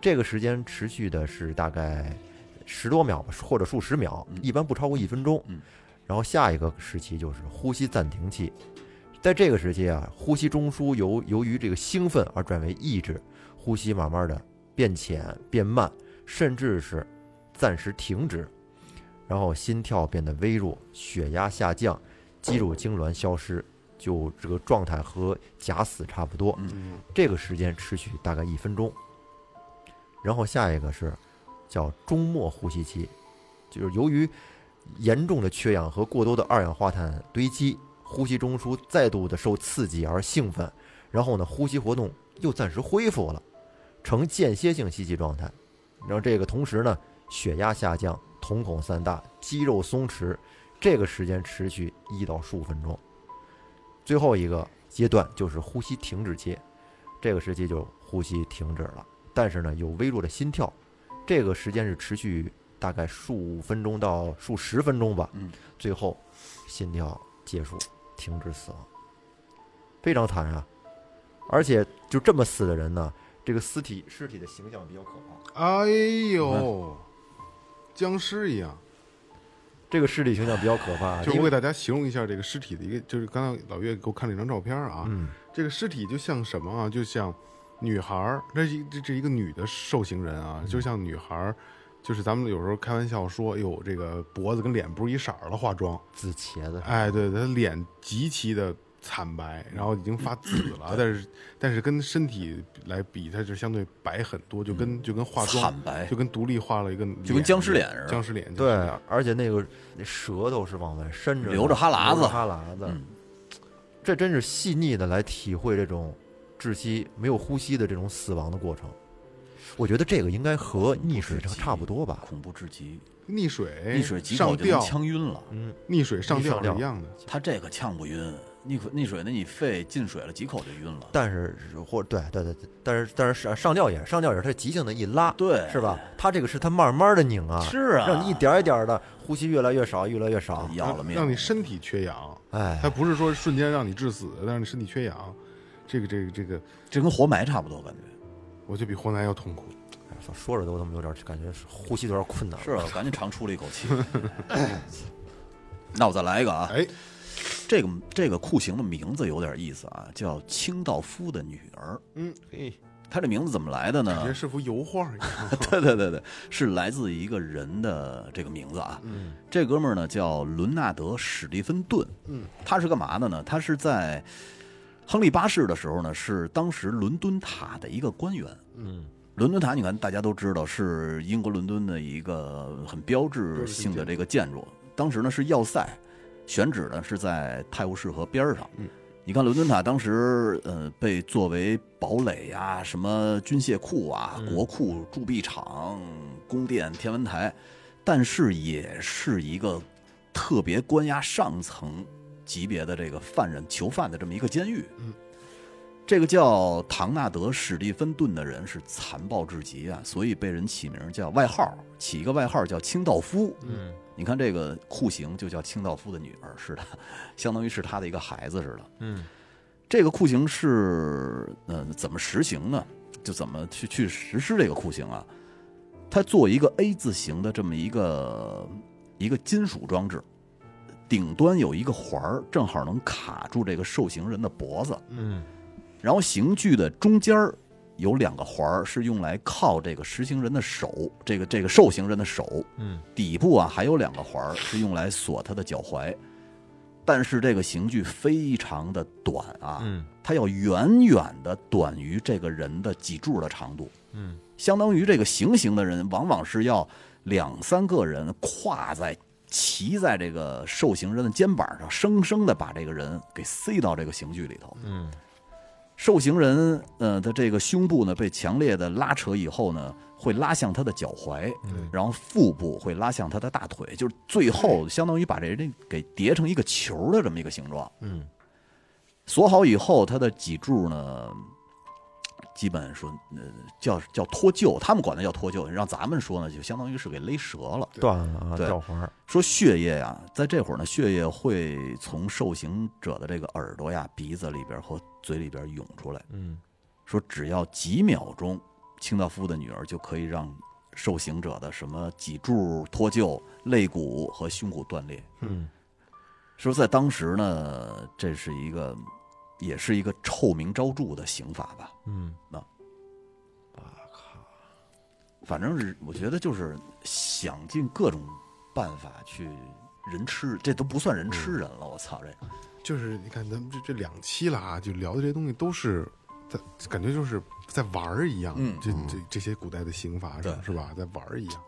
Speaker 2: 这个时间持续的是大概十多秒吧，或者数十秒，
Speaker 6: 嗯
Speaker 2: 一般不超过一分钟
Speaker 6: 嗯。
Speaker 2: 然后下一个时期就是呼吸暂停期，在这个时期啊，呼吸中枢由由于这个兴奋而转为抑制，呼吸慢慢的变浅、变慢，甚至是暂时停止，然后心跳变得微弱，血压下降，肌肉痉挛消失，就这个状态和假死差不多。
Speaker 1: 嗯，
Speaker 2: 这个时间持续大概一分钟。然后下一个是叫终末呼吸期，就是由于严重的缺氧和过多的二氧化碳堆积，呼吸中枢再度的受刺激而兴奋，然后呢，呼吸活动又暂时恢复了，呈间歇性吸气状态。然后这个同时呢，血压下降，瞳孔散大，肌肉松弛，这个时间持续一到十五分钟。最后一个阶段就是呼吸停止期，这个时期就呼吸停止了，但是呢有微弱的心跳，这个时间是持续大概数分钟到数十分钟吧，
Speaker 6: 嗯，
Speaker 2: 最后心跳结束，停止死亡，非常惨啊！而且就这么死的人呢，这个尸体尸体的形象比较可怕，
Speaker 1: 哎呦，僵尸一样。
Speaker 2: 这个尸体形象比较可
Speaker 6: 啊
Speaker 2: 怕，啊
Speaker 1: 就是
Speaker 2: 因
Speaker 1: 我给
Speaker 2: 为
Speaker 1: 大家形容一下这个尸体的一个，就是刚才老岳给我看了一张照片啊，
Speaker 2: 嗯
Speaker 1: 这个尸体就像什么啊？就像女孩儿，这是一这这一个女的受刑人啊，
Speaker 6: 嗯
Speaker 1: 就像女孩儿，就是咱们有时候开玩笑说，哟，这个脖子跟脸不是一色儿了，化妆，
Speaker 2: 紫茄子，
Speaker 1: 哎，对，她脸极其的惨白，然后已经发紫了，但是但是跟身体来比，它就相对白很多，就跟就跟化妆
Speaker 6: 嗯惨白
Speaker 1: 就跟独立化了一个，
Speaker 6: 就跟僵尸脸似的
Speaker 1: 僵尸脸，
Speaker 2: 对，而且那个那舌头是往外伸着的，
Speaker 6: 留着哈喇子嗯
Speaker 2: 留着哈喇子，这真是细腻的来体会这种窒息、没有呼吸的这种死亡的过程。我觉得这个应该和溺水差差不多吧？
Speaker 6: 恐怖至极，
Speaker 1: 溺水
Speaker 6: 一水几口
Speaker 1: 哎上
Speaker 6: 就能
Speaker 1: 吊，
Speaker 6: 呛晕了。
Speaker 1: 溺水上
Speaker 2: 上
Speaker 1: 吊是
Speaker 2: 吊
Speaker 1: 一样的。
Speaker 6: 他这个呛不晕，溺水溺水那你肺进水了几口就晕了。
Speaker 2: 但是是或对对对，对但是但是上上吊也是上吊也是他急性的一拉，
Speaker 6: 对
Speaker 2: 是吧？他这个是他慢慢的拧啊，
Speaker 6: 是啊
Speaker 2: 让你一点儿一点的呼吸越来越少，越来越少，
Speaker 6: 要了命，
Speaker 1: 让你身体缺氧，
Speaker 2: 哎，
Speaker 1: 它不是说瞬间让你致死，但是你身体缺氧，这个这个这个，
Speaker 6: 这跟活埋差不多，感觉
Speaker 1: 我觉得比活埋要痛苦。
Speaker 2: 说说着都他妈有点感觉呼吸都有点困难了。
Speaker 6: 是啊，我赶紧长出了一口气。 那我再来一个啊，
Speaker 1: 哎，
Speaker 6: 这个这个酷刑的名字有点意思啊，叫清道夫的女儿。
Speaker 1: 嗯，嘿，
Speaker 6: 他这名字怎么来的呢？
Speaker 1: 感觉是幅油画一样。
Speaker 6: 对对对对，是来自一个人的这个名字啊。嗯，这哥们儿呢叫伦纳德·史蒂芬顿。嗯，他是干嘛的呢？他是在亨利八世的时候呢，是当时伦敦塔的一个官员。嗯，伦敦塔，你看大家都知道是英国伦敦的一个很标志性的这个建筑。当时呢是要塞，选址呢是在泰晤士河边儿上。嗯。你看伦敦塔当时，呃，被作为堡垒呀、什么军械库啊、国库、铸币厂、宫殿、天文台，但是也是一个特别关押上层级别的这个犯人、囚犯的这么一个监狱。嗯，这个叫唐纳德·史蒂芬顿的人是残暴至极啊，所以被人起名叫外号，起一个外号叫清道夫。嗯，你看这个酷刑就叫清道夫的女儿似的，相当于是他的一个孩子似的。这个酷刑是呃怎么实行呢？就怎么去去实施这个酷刑啊？它做一个 A 字形的这么一个一个金属装置，顶端有一个环儿，正好能卡住这个受刑人的脖子。嗯，然后刑具的中间儿有两个环儿是用来靠这个实行人的手，这个这个受刑人的手。嗯，底部啊还有两个环儿是用来锁他的脚踝。但是这个刑具非常的短啊，它要远远的短于这个人的脊柱的长度，嗯，相当于这个行刑的人往往是要两三个人跨在骑在这个受刑人的肩膀上，生生的把这个人给塞到这个刑具里头，嗯，受刑人呃的这个胸部呢被强烈的拉扯以后呢。会拉向他的脚踝，然后腹部会拉向他的大腿，就是最后相当于把这人给叠成一个球的这么一个形状。嗯，锁好以后，他的脊柱呢，基本说呃叫叫脱臼，他们管它叫脱臼，让咱们说呢就相当于是给勒折了。
Speaker 2: 断了啊，
Speaker 6: 对
Speaker 2: 吊环儿。
Speaker 6: 说血液呀、在这会儿呢，血液会从受刑者的这个耳朵呀、鼻子里边和嘴里边涌出来。
Speaker 2: 嗯，
Speaker 6: 说只要几秒钟，清道夫的女儿就可以让受刑者的什么脊柱脱臼、肋骨和胸骨断裂。
Speaker 2: 嗯，
Speaker 6: 说在当时呢，这是一个，也是一个臭名昭著的刑法吧。
Speaker 2: 嗯，
Speaker 6: 那，我靠，反正是我觉得就是想尽各种办法去人吃，这都不算人
Speaker 2: 嗯
Speaker 6: 吃人了。我操，这
Speaker 1: 就是你看咱们这这两期了啊，就聊的这些东西都是在感觉就是在玩儿一样，
Speaker 6: 嗯
Speaker 1: 这这这些古代的刑罚上是吧，在玩儿一样。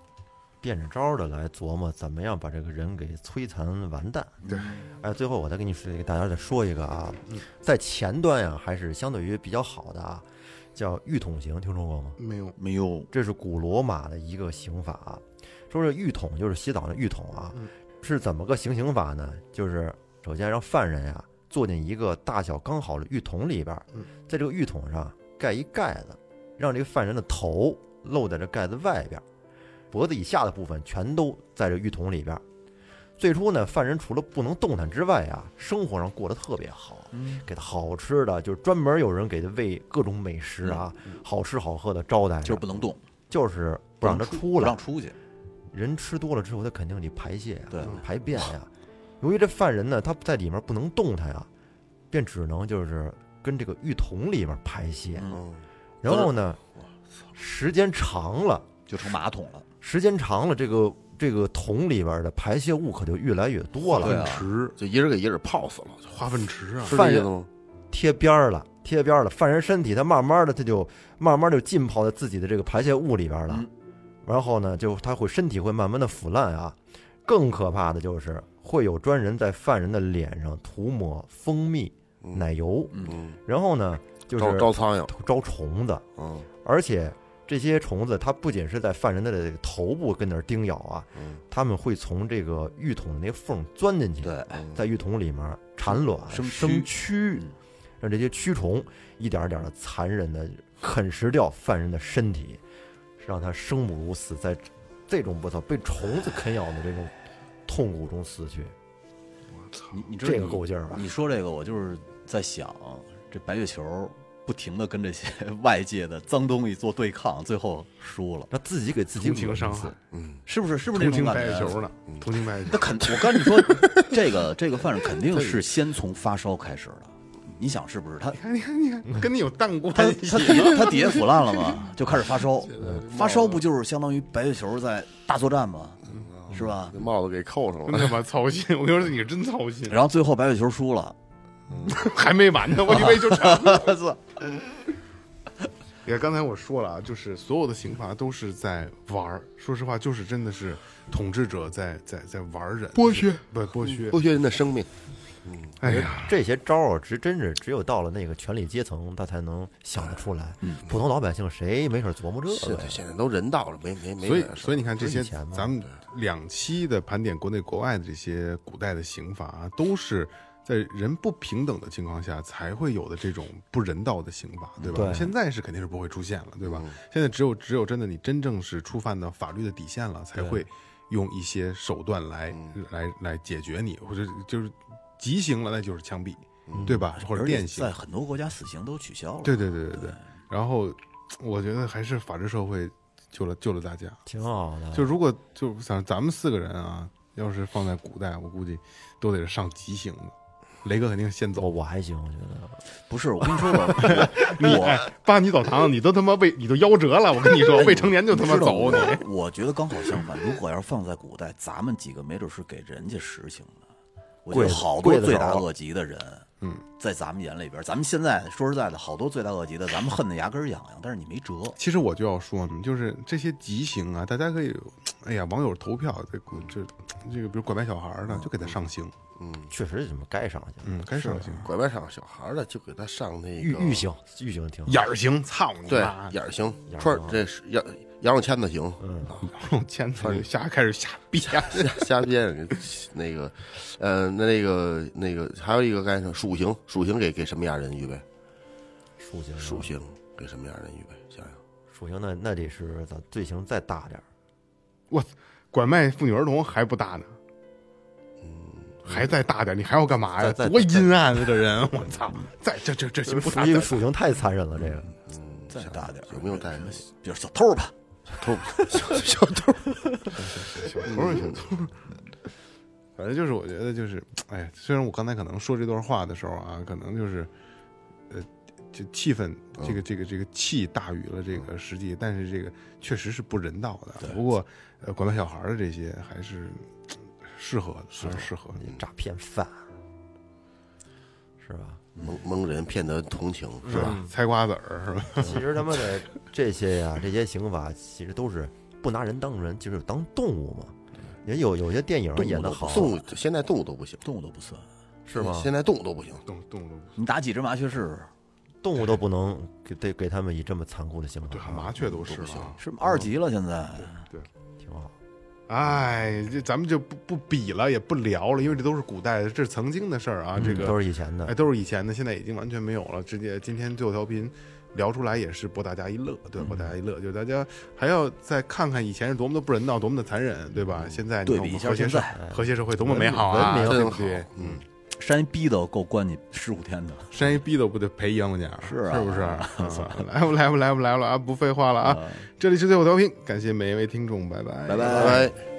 Speaker 2: 变着招儿的来琢磨怎么样把这个人给摧残完蛋。对，哎，最后我再给你说给大家再说一个啊，在前端呀、还是相对于比较好的啊，叫狱统刑，听说过吗？
Speaker 1: 没有，
Speaker 6: 没有
Speaker 2: 这是古罗马的一个刑法，啊说是浴桶就是洗澡的浴桶
Speaker 6: 嗯
Speaker 2: 啊，是怎么个行刑法呢？就是首先让犯人呀、坐进一个大小刚好的浴桶里边儿，在这个浴桶上盖一盖子，让这个犯人的头露在这盖子外边儿，脖子以下的部分全都在这浴桶里边儿。最初呢，犯人除了不能动弹之外啊，生活上过得特别好，
Speaker 6: 嗯
Speaker 2: 给他好吃的，就是专门有人给他喂各种美食啊，好吃好喝的招待着，
Speaker 6: 嗯就是不能动，
Speaker 2: 就是不让他出
Speaker 6: 不
Speaker 2: 来
Speaker 6: 让。出去。
Speaker 2: 人吃多了之后，他肯定得排泄呀、
Speaker 6: 对
Speaker 2: 排便呀、由于这犯人呢，他在里面不能动弹呀，便只能就是跟这个浴桶里面排泄。
Speaker 6: 嗯
Speaker 2: 然后呢，时间长了，
Speaker 6: 就成马桶了，
Speaker 2: 时间长了，这个这个桶里边的排泄物可就越来越多
Speaker 6: 对
Speaker 2: 了，
Speaker 1: 嗯
Speaker 6: 啊
Speaker 1: 池
Speaker 5: 就一人给一人泡死了，
Speaker 1: 化粪池啊，
Speaker 5: 是
Speaker 2: 犯
Speaker 5: 这意
Speaker 2: 人
Speaker 5: 思吗？
Speaker 2: 贴边儿了，贴边儿了。犯人身体他慢慢的他就慢慢地就浸泡在自己的这个排泄物里边了。
Speaker 6: 嗯
Speaker 2: 然后呢，就他会身体会慢慢的腐烂啊。更可怕的就是会有专人在犯人的脸上涂抹蜂蜜、奶油，
Speaker 5: 嗯，
Speaker 2: 然后呢就是
Speaker 5: 招招苍蝇，
Speaker 2: 招虫子，
Speaker 5: 嗯，
Speaker 2: 而且这些虫子它不仅是在犯人的这个头部跟那儿叮咬啊，
Speaker 1: 嗯
Speaker 2: 他们会从这个浴桶的那个缝钻进去，
Speaker 6: 对，
Speaker 2: 在浴桶里面产卵、
Speaker 1: 嗯
Speaker 6: 生
Speaker 2: 生蛆，让这些蛆虫一点儿点的残忍的啃食掉犯人的身体，让他生不如死，在这种我操被虫子啃咬的这种痛苦中死去。
Speaker 6: 你你知道
Speaker 2: 这个
Speaker 6: 你
Speaker 2: 够劲儿吧？
Speaker 6: 你说这个，我就是在想，这白月球不停的跟这些 外界的脏东西做对抗，最后输了，
Speaker 2: 那自己给自己
Speaker 1: 同情
Speaker 2: 恶
Speaker 1: 伤
Speaker 2: 心
Speaker 1: 害，
Speaker 6: 是不是？是不
Speaker 1: 同
Speaker 6: 是那种
Speaker 1: 情
Speaker 6: 感
Speaker 1: 白
Speaker 6: 觉？嗯
Speaker 1: 血球呢，同情白血 球。
Speaker 6: 那肯，我跟你说，这个这个犯人肯定是先从发烧开始的。你想是不是？他
Speaker 1: 你看，你看，你看， 跟你有蛋关
Speaker 6: 他
Speaker 1: 系。
Speaker 6: 他底他底下腐烂了 嘛，就开始发烧，发烧不就是相当于白血球在大作战吗？
Speaker 1: 嗯啊
Speaker 6: 是吧？
Speaker 5: 帽子给扣上
Speaker 1: 真
Speaker 5: 了，
Speaker 1: 他妈操心！我跟你说，你是真操心，
Speaker 6: 然后最后白血球输了，
Speaker 1: 还没完呢，我以为就差不多
Speaker 6: 我操！
Speaker 1: 也刚才我说了啊，就是所有的刑罚都是在玩儿。说实话，就是真的是统治者在在在玩儿人，剥削不剥削。
Speaker 5: 剥削人的生命。
Speaker 1: 哎呀，
Speaker 2: 这些招儿，只真是只有到了那个权力阶层，他才能想得出来。普通老百姓谁没事儿琢磨这
Speaker 5: 嗯是
Speaker 2: 个
Speaker 5: 的，
Speaker 2: 呀？
Speaker 5: 现在都人道了，没没没。
Speaker 1: 所以所以你看这些
Speaker 2: 以前，嘛
Speaker 1: 咱们两期的盘点国内国外的这些古代的刑罚、啊，都是在人不平等的情况下才会有的这种不人道的刑罚，对吧？
Speaker 2: 对
Speaker 1: 现在是肯定是不会出现了，对吧？现在只有只有真的你真正是触犯到法律的底线了，才会用一些手段来、来来解决你，或者就是极刑了，那就是枪毙，对吧？或者
Speaker 6: 而且
Speaker 1: 电刑
Speaker 6: 在，很多国家死刑都取消了。
Speaker 1: 对对对对对。然后我觉得还是法治社会救了救了大家。
Speaker 2: 挺好的。
Speaker 1: 就如果就想咱们四个人啊，要是放在古代，我估计都得是上极刑的。雷哥肯定先
Speaker 2: 我
Speaker 1: 走，
Speaker 2: 我还行，我觉得
Speaker 6: 不是我跟你说吧， 我我
Speaker 1: 扒哎你澡堂，你都他妈未，你都夭折了。我跟你说， 未成年就他妈
Speaker 6: 知道
Speaker 1: 走
Speaker 6: 我
Speaker 1: 你。
Speaker 6: 我觉得刚好相反，如果要是放在古代，咱们几个没准是给人家实行的。我觉
Speaker 2: 跪
Speaker 6: 得
Speaker 2: 着
Speaker 6: 好
Speaker 2: 跪
Speaker 6: 多
Speaker 2: 着
Speaker 6: 罪大
Speaker 2: 找
Speaker 6: 恶极的人，嗯，在咱们眼里边，咱们现在说实在的，好多罪大恶极的，咱们恨得牙根痒痒，但是你没辙。
Speaker 1: 其实我就要说呢，就是这些极刑啊，大家可以，哎呀，网友投票，这股这这个，比如拐卖小孩的，就给他上刑，
Speaker 2: 确实怎么该上去了。
Speaker 1: 嗯，该上刑。
Speaker 5: 拐卖上小孩的就给他上那
Speaker 2: 预
Speaker 5: 个
Speaker 2: 预刑，预刑挺好。
Speaker 1: 眼儿刑，操你
Speaker 5: 对
Speaker 1: 妈！
Speaker 5: 眼儿行
Speaker 2: 眼儿
Speaker 5: 串儿
Speaker 2: 行嗯
Speaker 5: 这是羊羊肉签子行，
Speaker 1: 用签子就瞎开始瞎 编，
Speaker 5: 瞎编那个，呃，那那个那个还有一个该说属刑，属刑给给什么样人预备？
Speaker 2: 属刑，
Speaker 5: 属刑给什么样人预备？想想
Speaker 2: 属刑那那得是咱罪行再大点儿，
Speaker 1: 拐卖妇女儿童还不大呢，还再大点，你还要干嘛呀？
Speaker 2: 再再
Speaker 1: 多阴暗啊！这人，我操！再这这这行不
Speaker 2: 属
Speaker 1: 大
Speaker 2: 这个属刑太残忍了，这个
Speaker 5: 嗯
Speaker 6: 再大点儿
Speaker 5: 有没有带
Speaker 6: 什么比如小偷吧，
Speaker 1: 小偷儿小
Speaker 5: 嗯
Speaker 1: 偷儿。反正就是我觉得就是，哎，虽然我刚才可能说这段话的时候啊，可能就是，呃，这气氛这个这个这个气大于了这个实际，但是这个确实是不人道的。不过，呃，拐卖小孩儿的这些还是嘖适合的，还是适合
Speaker 5: 嗯
Speaker 1: 的。
Speaker 2: 诈骗犯是 吧？
Speaker 5: 蒙蒙人骗得同情是
Speaker 1: 是
Speaker 6: 嗯
Speaker 5: 吧？
Speaker 1: 吧？猜瓜子儿是吧？
Speaker 2: 其实他妈的这些 呀，这些刑法其实都是不拿人当人，就是当动物嘛。人有有些电影演的好，
Speaker 5: 动物现在动物都不行，
Speaker 6: 动物都不算。
Speaker 2: 是吗？
Speaker 5: 现在动物都不行，
Speaker 1: 动动物
Speaker 6: 你打几只麻雀试试？
Speaker 2: 动物都不能给得给他们以这么残酷的刑
Speaker 1: 对，
Speaker 2: 罚，
Speaker 1: 麻雀都是了啊。啊
Speaker 6: 是吗二级了，现在
Speaker 2: 挺好。
Speaker 1: 哎，这咱们就不不比了，也不聊了，因为这都是古代的，这是曾经的事儿啊。这个
Speaker 2: 嗯都是以前
Speaker 1: 哎，
Speaker 2: 的，
Speaker 1: 都是以前的，现在已经完全没有了。直接今天最后调频聊出来也是博大家一乐，对，博大家一乐，就是大家还要再看看以前是多么的不人道，多么的残忍，对吧？现在你
Speaker 6: 对
Speaker 1: 看我们
Speaker 6: 比一下
Speaker 1: 和谐
Speaker 6: 现
Speaker 1: 社
Speaker 6: 在
Speaker 1: 和谐社会多么美好啊！
Speaker 2: 文明
Speaker 1: 对
Speaker 5: 真
Speaker 1: 不
Speaker 5: 好
Speaker 1: 对？，
Speaker 5: 嗯，
Speaker 6: 山一逼的够关你十五天的。
Speaker 1: 山一逼的不得赔一洋块钱儿，
Speaker 6: 是啊嗯
Speaker 1: 是不是？啊 来吧，啊
Speaker 6: 呃
Speaker 1: 来吧，来吧，来吧啊！不废话了啊！这里是最后调频，感谢每一位听众，拜拜，拜
Speaker 5: 拜拜。